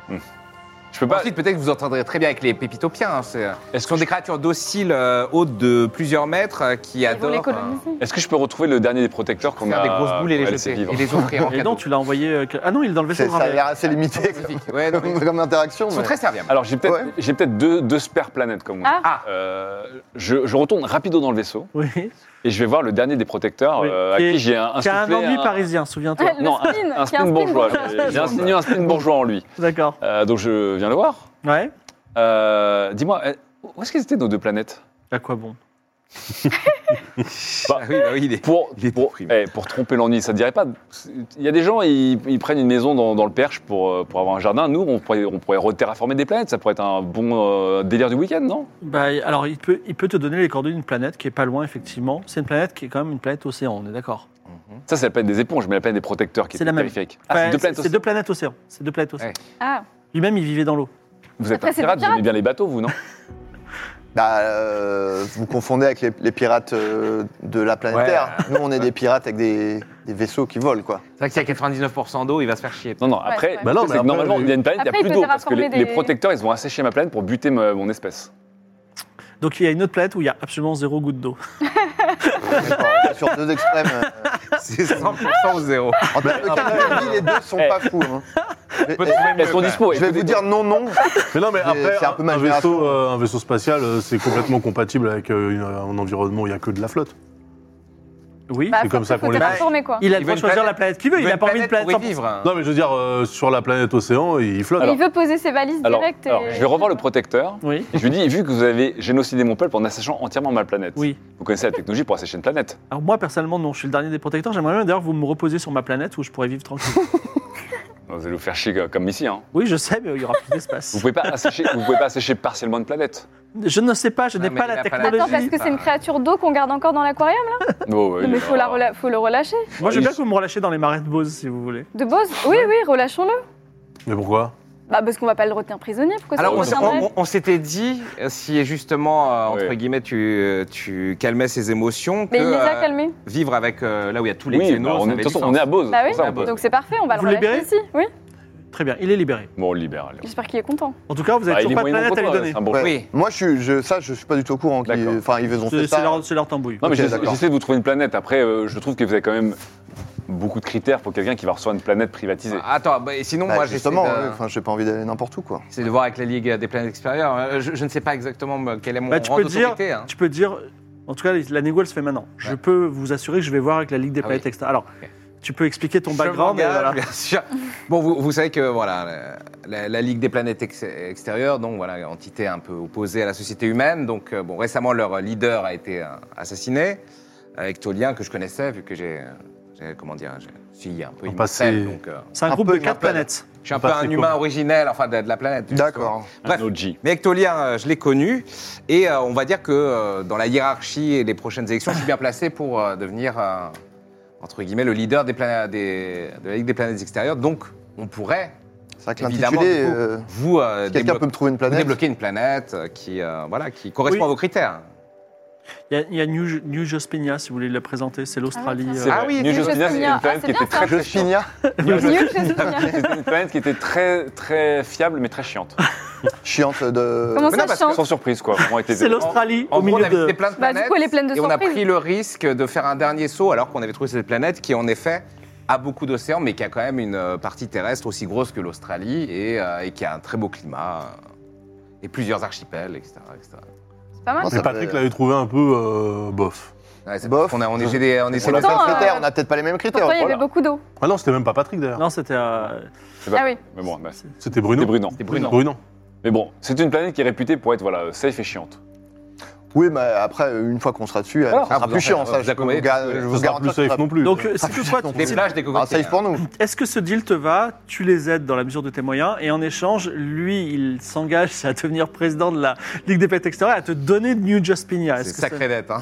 Je
Bah,
peux pas.
Ensuite, peut-être que vous entendrez très bien avec les pépitopiens. hein, c'est-
Est-ce
Ce
que,
sont
je-
des créatures dociles, euh, hautes de plusieurs mètres, euh, qui
Ils vont
adorent
les
euh,
coloniser.
est-ce que je peux retrouver le dernier des protecteurs qu'on
faire
a
des grosses boules et les
qu'on a laissé
jeter
vivre
et les offrir en
Et
cadeau.
donc, tu l'as envoyé. euh, que- Ah non, il est dans le
C'est-
vaisseau.
Ça a
gravé.
l'air assez limité
Magnifique. Ouais, non, mais-
comme comme interaction.
Ils sont
mais-
très serviables.
Alors j'ai peut-être
Ouais.
j'ai peut-être deux deux super planètes comme on dit.
Ah.
Ah.
Euh, je, je retourne rapido dans le vaisseau
Oui.
et je vais voir le dernier des protecteurs
Oui.
euh, à
Et-
qui j'ai un,
Qui a un
insufflé
ennui
un-
parisien, souviens-toi.
Le
non,
spin,
un- un,
qui a
spin
un spin
bourgeois.
bourgeois.
J'ai insinué un spin bourgeois en lui.
D'accord.
Euh, donc je viens le voir.
Ouais.
Euh, Dis-moi, euh, où est-ce qu'elles étaient nos deux planètes
À Bah, quoi bon
Ah oui, bah oui, il est-
pour,
Il est
pour,
déprimé.
eh, pour tromper l'ennui, ça ne dirait pas. Il y a des gens, ils, ils prennent une maison dans, dans le Perche pour, euh, pour avoir un jardin. Nous, on pourrait, on pourrait reterraformer des planètes. Ça pourrait être un bon euh, délire du week-end, non
Bah, alors, il peut, il peut te donner les coordonnées d'une planète qui est pas loin, effectivement. C'est une planète qui est quand même une planète océan, on est d'accord.
Ça, c'est la planète des éponges, mais la planète des protecteurs qui
C'est
est
la même.
terrifique. Ah,
Enfin,
c'est deux planètes
c'est
aussi.
deux planètes océan. C'est deux planètes océan.
Ouais.
Ah,
Lui-même, il vivait dans l'eau.
Vous êtes
Après,
un
c'est des
pirate, vous
pirates.
aimez bien les bateaux, vous, non
Bah, euh, vous confondez avec les, les pirates euh, de la planète
Ouais.
Terre. Nous, on est des pirates avec des, des vaisseaux qui volent, quoi.
C'est vrai que s'il y a 99% d'eau, il va se faire chier.
Non, non,
Ouais,
après,
ouais.
Bah non,
c'est
mais
que
après,
normalement,
les-
il y a une planète, il n'y
Après,
a
il
plus
peut
d'eau, parce que les,
terraformer
les
des-
protecteurs, ils vont assécher ma planète pour buter ma- mon espèce.
Donc, il y a une autre planète où il y a absolument zéro goutte d'eau.
D'accord. Sur deux extrêmes. euh,
C'est 100% ou zéro.
En termes de qualité, les deux sont
Eh.
pas fous. hein. Je vais-
Elles sont dispo.
Je vais
écoutez,
vous dire non, non.
Mais non, mais
C'est-
après,
c'est un
un,
peu ma
un
génération.
vaisseau, euh, un vaisseau spatial, euh, c'est complètement compatible avec euh, une- un environnement où il n'y a que de la flotte.
Oui.
bah,
C'est comme ça
faut
qu'on les-
terraformer, quoi.
il
il
a le
veut
droit
une
de choisir
planète-
la planète qu'il veut. Il n'a pas envie de planète
pour y
100%.
vivre. hein.
Non, mais je veux dire, euh, sur la planète océan, il flotte.
il veut poser ses valises euh,
Alors,
direct. et-
alors, je vais revoir le protecteur.
Oui.
Et je lui dis, vu que vous avez génocidé mon peuple en asséchant entièrement ma planète,
Oui.
vous connaissez la technologie pour assécher une planète.
Alors, moi, personnellement, non. Je suis le dernier des protecteurs. J'aimerais bien, d'ailleurs, que vous me reposiez sur ma planète où je pourrais vivre tranquille.
Vous allez vous faire chier euh, comme ici. Hein.
Oui, je sais, mais il y aura plus d'espace.
Vous pouvez pas assécher, vous pouvez pas assécher partiellement une planète.
Je ne sais pas, je
Non,
n'ai
mais
pas
il a
la
pas la-
technologie.
Attends, parce que c'est une créature d'eau qu'on garde encore dans l'aquarium.
Oh, ouais,
Non, mais
il-
faut, la rela- faut le relâcher.
Moi, je veux
Il-
bien que vous me relâchez dans les marais de Bose, si vous voulez.
De Bose Oui, oui, relâchons-le.
Mais pourquoi
Bah, parce qu'on va pas le retenir prisonnier. Pourquoi
Alors,
ça
on,
le
s-
retiendrait
on- on s'était dit, euh, si justement, euh, entre
Ouais.
guillemets, tu, euh, tu calmais ses émotions, que
Mais il les a
euh,
calmés.
vivre avec euh, là où il y a tous les
Oui,
xénos,
bah, on,
ça
est, de
avait
toute façon,
du
on est
sens.
à Bose.
Bah oui.
c'est ça, on peut-
Donc c'est parfait, on va
Vous
le
le
relâcher
libérez
ici. Oui.
Très bien, il est libéré.
Bon, on le libère. allez.
J'espère qu'il est content.
En tout cas, vous
Bah,
n'avez
il est
toujours pas de
moyen
planète à lui
contre toi,
donner.
c'est un bon
Ouais.
jeu.
Oui.
Euh, Moi, je, suis- je, ça, je suis pas du tout au courant. qu'ils-
D'accord.
Enfin, ils ont fait
C'est c'est
ça. hein.
leur, c'est leur tambouille.
Non, mais
Ok,
j'essa-
d'accord.
j'essaie de vous trouver une planète. Après, euh, je trouve que vous avez quand même beaucoup de critères pour quelqu'un qui va recevoir une planète privatisée.
Attends, bah, et sinon,
Bah,
moi, j'essaie
justement, ouais,
de,
enfin, j'ai pas envie d'aller n'importe où, quoi.
c'est de voir avec la Ligue des planètes extérieures. Euh, Je, je ne sais pas exactement euh, quel est mon
Bah, tu
rang
peux dire-
d'autorité. hein.
Tu peux dire, en tout cas, la négo, elle se fait maintenant. Je peux vous assurer que je vais voir avec la Ligue des
Ah
planètes
oui.
extra. Alors,
Ok.
tu peux expliquer ton
Je
background. et
m'engage,
voilà.
bien sûr. Bon, vous, vous savez que voilà, la- la, la Ligue des planètes ex- extérieures, donc voilà, entité un peu opposée à la société humaine. Donc euh, bon, récemment leur leader a été euh, assassiné. Avec Tolien que je connaissais, vu que j'ai, euh, j'ai- comment dire, j'ai- je suis un peu
Un
immortel,
passé.
donc euh,
C'est un,
Un
groupe
peu
de quatre
immortel.
planètes.
je suis un
Un
peu
passé
un humain
commun.
originel, enfin de, de la planète. justement.
D'accord.
Bref.
Un OG.
Mais Ectolien, euh, je les connus. Et euh, on va dire que euh, dans la hiérarchie et les prochaines élections, je suis bien placé pour euh, devenir, euh, entre guillemets, le leader des plana- des- de la Ligue des planètes extérieures. Donc, on pourrait,
C'est vrai que
évidemment,
l'intitulé.
du coup,
euh,
vous, euh,
si Quelqu'un
déblo-
peut me trouver une
vous
planète
débloquer une planète euh, qui, euh, voilà, qui correspond
Oui.
à vos critères.
Il y a, il y a New, New Jospinia, si vous voulez la présenter. C'est l'Australie.
Ah,
euh,
C'est
Ah
vrai.
oui,
New
New
Jospinia, c'était
Jospinia.
une planète
Ah,
qui
c'est
était très,
Je
très chiante.
finis.
New
Mieux
Jospinia,
que chez Sonia.
C'était une planète qui était très, très fiable, mais très chiante.
Chiante de.
Comment
Mais non,
ça
parce que-
chante
Sans surprise, quoi. Vraiment, elle était-
C'est l'Australie au
En gros, on
milieu
a visité
de.
plein de
Bah, du
planètes
coup, elle est pleine de
et on a
surprises.
pris le risque de faire un dernier saut alors qu'on avait trouvé cette planète qui, en effet, a beaucoup d'océans, mais qui a quand même une euh, partie terrestre aussi grosse que l'Australie et, euh, et qui a un très beau climat euh, et plusieurs archipels, etc. etc.
C'est pas mal.
Non,
Mais
ça
Patrick
fait-
l'avait trouvé un peu euh, bof.
Ouais, c'est
Bof.
parce qu'on a- on essaie des- on essaie
On
de
a
Pourtant,
plein de
euh,
critères, on a peut-être pas les mêmes critères.
Pourtant, il y avait
voilà.
beaucoup d'eau.
Ah non, c'était même pas Patrick d'ailleurs.
Non, c'était. euh,
Ah oui.
Mais bon, bah, c'était
C'était Bruno.
brunant.
brunant.
Mais bon, c'est une planète qui est réputée pour être voilà, safe et chiante.
Oui, mais après, une fois qu'on sera dessus,
Voilà.
ça
Ah,
sera
vous
plus
en
chiant,
faites-
ça.
vous
Je vous
accompagnez,
gar-
parce que
je
Ça
vous
sera plus
garantis. que ça
safe
sera
non plus.
Donc, euh,
Ah,
si toutefois,
putain,
des
tu-
plages, des
un
cocotiers.
safe pour nous.
est-ce que ce deal te va Tu les aides dans la mesure de tes moyens, et en échange, lui, il s'engage à devenir président de la Ligue des Planètes Extérieures et à te donner de New Jospinia.
C'est
Ah, Est-ce que ça-
sacré d'être. hein.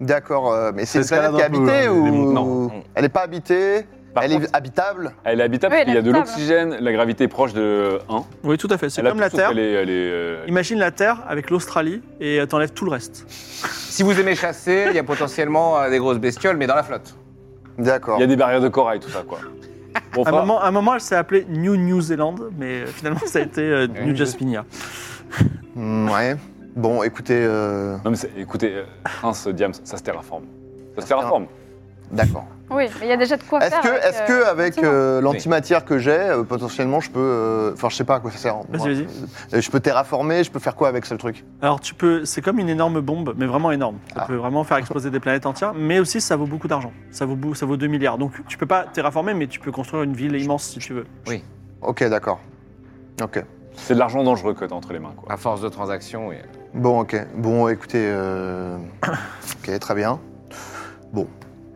D'accord, euh, mais c'est une
Ça escalade
planète qui est
un peu,
habitée
hein, les
ou.
montagnes.
Non.
Elle n'est pas habitée,
Par
elle
contre-
est habitable.
Elle est habitable
Oui,
parce qu'il
elle
y a
est
de
habitable.
l'oxygène, la gravité est proche de 1.
Oui, tout à fait. C'est
Elle a
comme la
tout, sauf
Terre.
qu'elle est- elle est, euh,
Imagine la Terre avec l'Australie et euh, t'enlèves tout le reste.
si vous aimez chasser, il y a potentiellement euh, des grosses bestioles, mais dans la flotte.
D'accord.
Il y a des barrières de corail, tout ça, quoi. Bon,
À un
enfin,
moment, à un moment, elle s'est appelée New New Zealand, mais euh, finalement, ça a été euh, New Jospinia.
Hmm, ouais. Bon, écoutez, euh,
Non, mais c'est- écoutez, euh, Prince Diams, ça se terraforme. Ça se terraforme.
d'accord.
Oui, mais il y a déjà de quoi
Est-ce
faire.
que,
avec,
est-ce que
euh,
avec
effectivement.
euh, l'antimatière que j'ai, euh, potentiellement, je peux. euh, Enfin, je sais pas à quoi ça sert.
Vas-y,
Moi,
vas-y.
euh, Je peux terraformer, je peux faire quoi avec ce truc
Alors tu peux, c'est comme une énorme bombe, mais vraiment énorme.
Ah.
Ça peut vraiment faire exploser des planètes entières, mais aussi ça vaut beaucoup d'argent. Ça vaut, bou- ça vaut 2 milliards. Donc tu peux pas terraformer, mais tu peux construire une ville immense si tu veux.
Ok, d'accord. Ok.
C'est de l'argent dangereux que t'as entre les mains, quoi.
À force de transactions. oui.
Bon, ok. Bon, écoutez, euh, ok, très bien. Bon,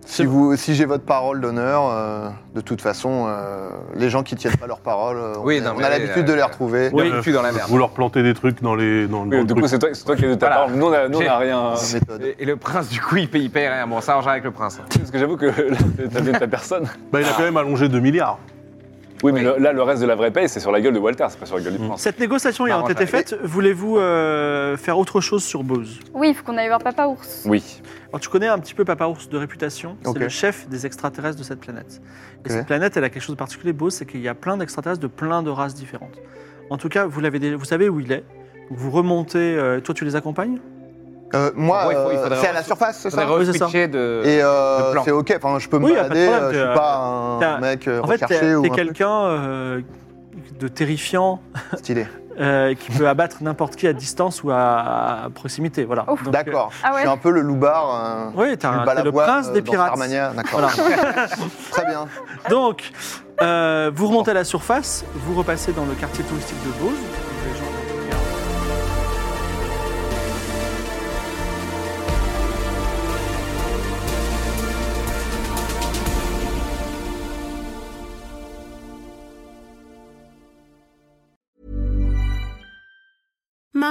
si,
C'est
vous, si j'ai votre parole d'honneur, euh, de toute façon, euh, les gens qui tiennent pas leur parole, euh, on,
Oui,
est-
non,
on
mais
a
oui,
l'habitude de
euh,
les retrouver.
Oui.
Je suis dans la merde.
Vous leur plantez des trucs dans les dans le
Oui,
dans le
du
truc.
coup, c'est toi, c'est toi qui as de ta
Voilà.
part. Nous, on a, nous, on
J'ai-
a rien.
C'est une méthode.
Et, et le prince, du coup, il paye, il paye rien. Bon, ça, on gère avec le prince. hein.
Parce que j'avoue que là, t'as bien ta personne.
Bah, il a quand même allongé 2 milliards.
Oui, Mm. mais
Oui.
le- là, le reste de la vraie paye, c'est sur la gueule de Walter, c'est pas sur la gueule du prince.
Cette négociation ayant
M'arrange
été
avec.
faite, voulez-vous euh, faire autre chose sur Bose
Oui, il faut qu'on aille voir Papa Ours.
Oui.
Alors tu connais un petit peu Papa Ours de réputation. C'est
Ok.
le chef des extraterrestres de cette planète. Et
Ok.
cette planète, elle a quelque chose de particulier, Bose, c'est qu'il y a plein d'extraterrestres de plein de races différentes. En tout cas, vous l'avez, déjà- vous savez où il est. Donc, Vous remontez. euh, toi, tu les accompagnes
Euh, moi,
En gros, il faut- il
euh,
faudrait
c'est à la
re-
surface, c'est ça
Faudrait
Oui, c'est ça.
re-switcher de.
Et euh,
le plan.
c'est ok, enfin, je peux me
Oui, y a pas de
balader,
problème,
euh, je
t'es,
suis pas un
t'es un-
mec euh,
En fait,
recherché
t'es
ou
t'es
un truc
quelqu'un euh, de terrifiant
stylé.
euh, qui peut abattre n'importe qui à distance ou à, à proximité. Voilà.
Ouf.
Donc,
D'accord,
Ah
je
ouais.
suis un peu le loupard, euh,
euh, oui, t'as
je
un-
suis bas
euh, t'es
la
le
voix,
pirates
euh,
des
dans
pirates.
Starmania, d'accord.
Voilà.
Très bien.
Donc, euh, vous remontez à la surface, vous repassez dans le quartier touristique de Beauce. Les gens vous regardent.
Mom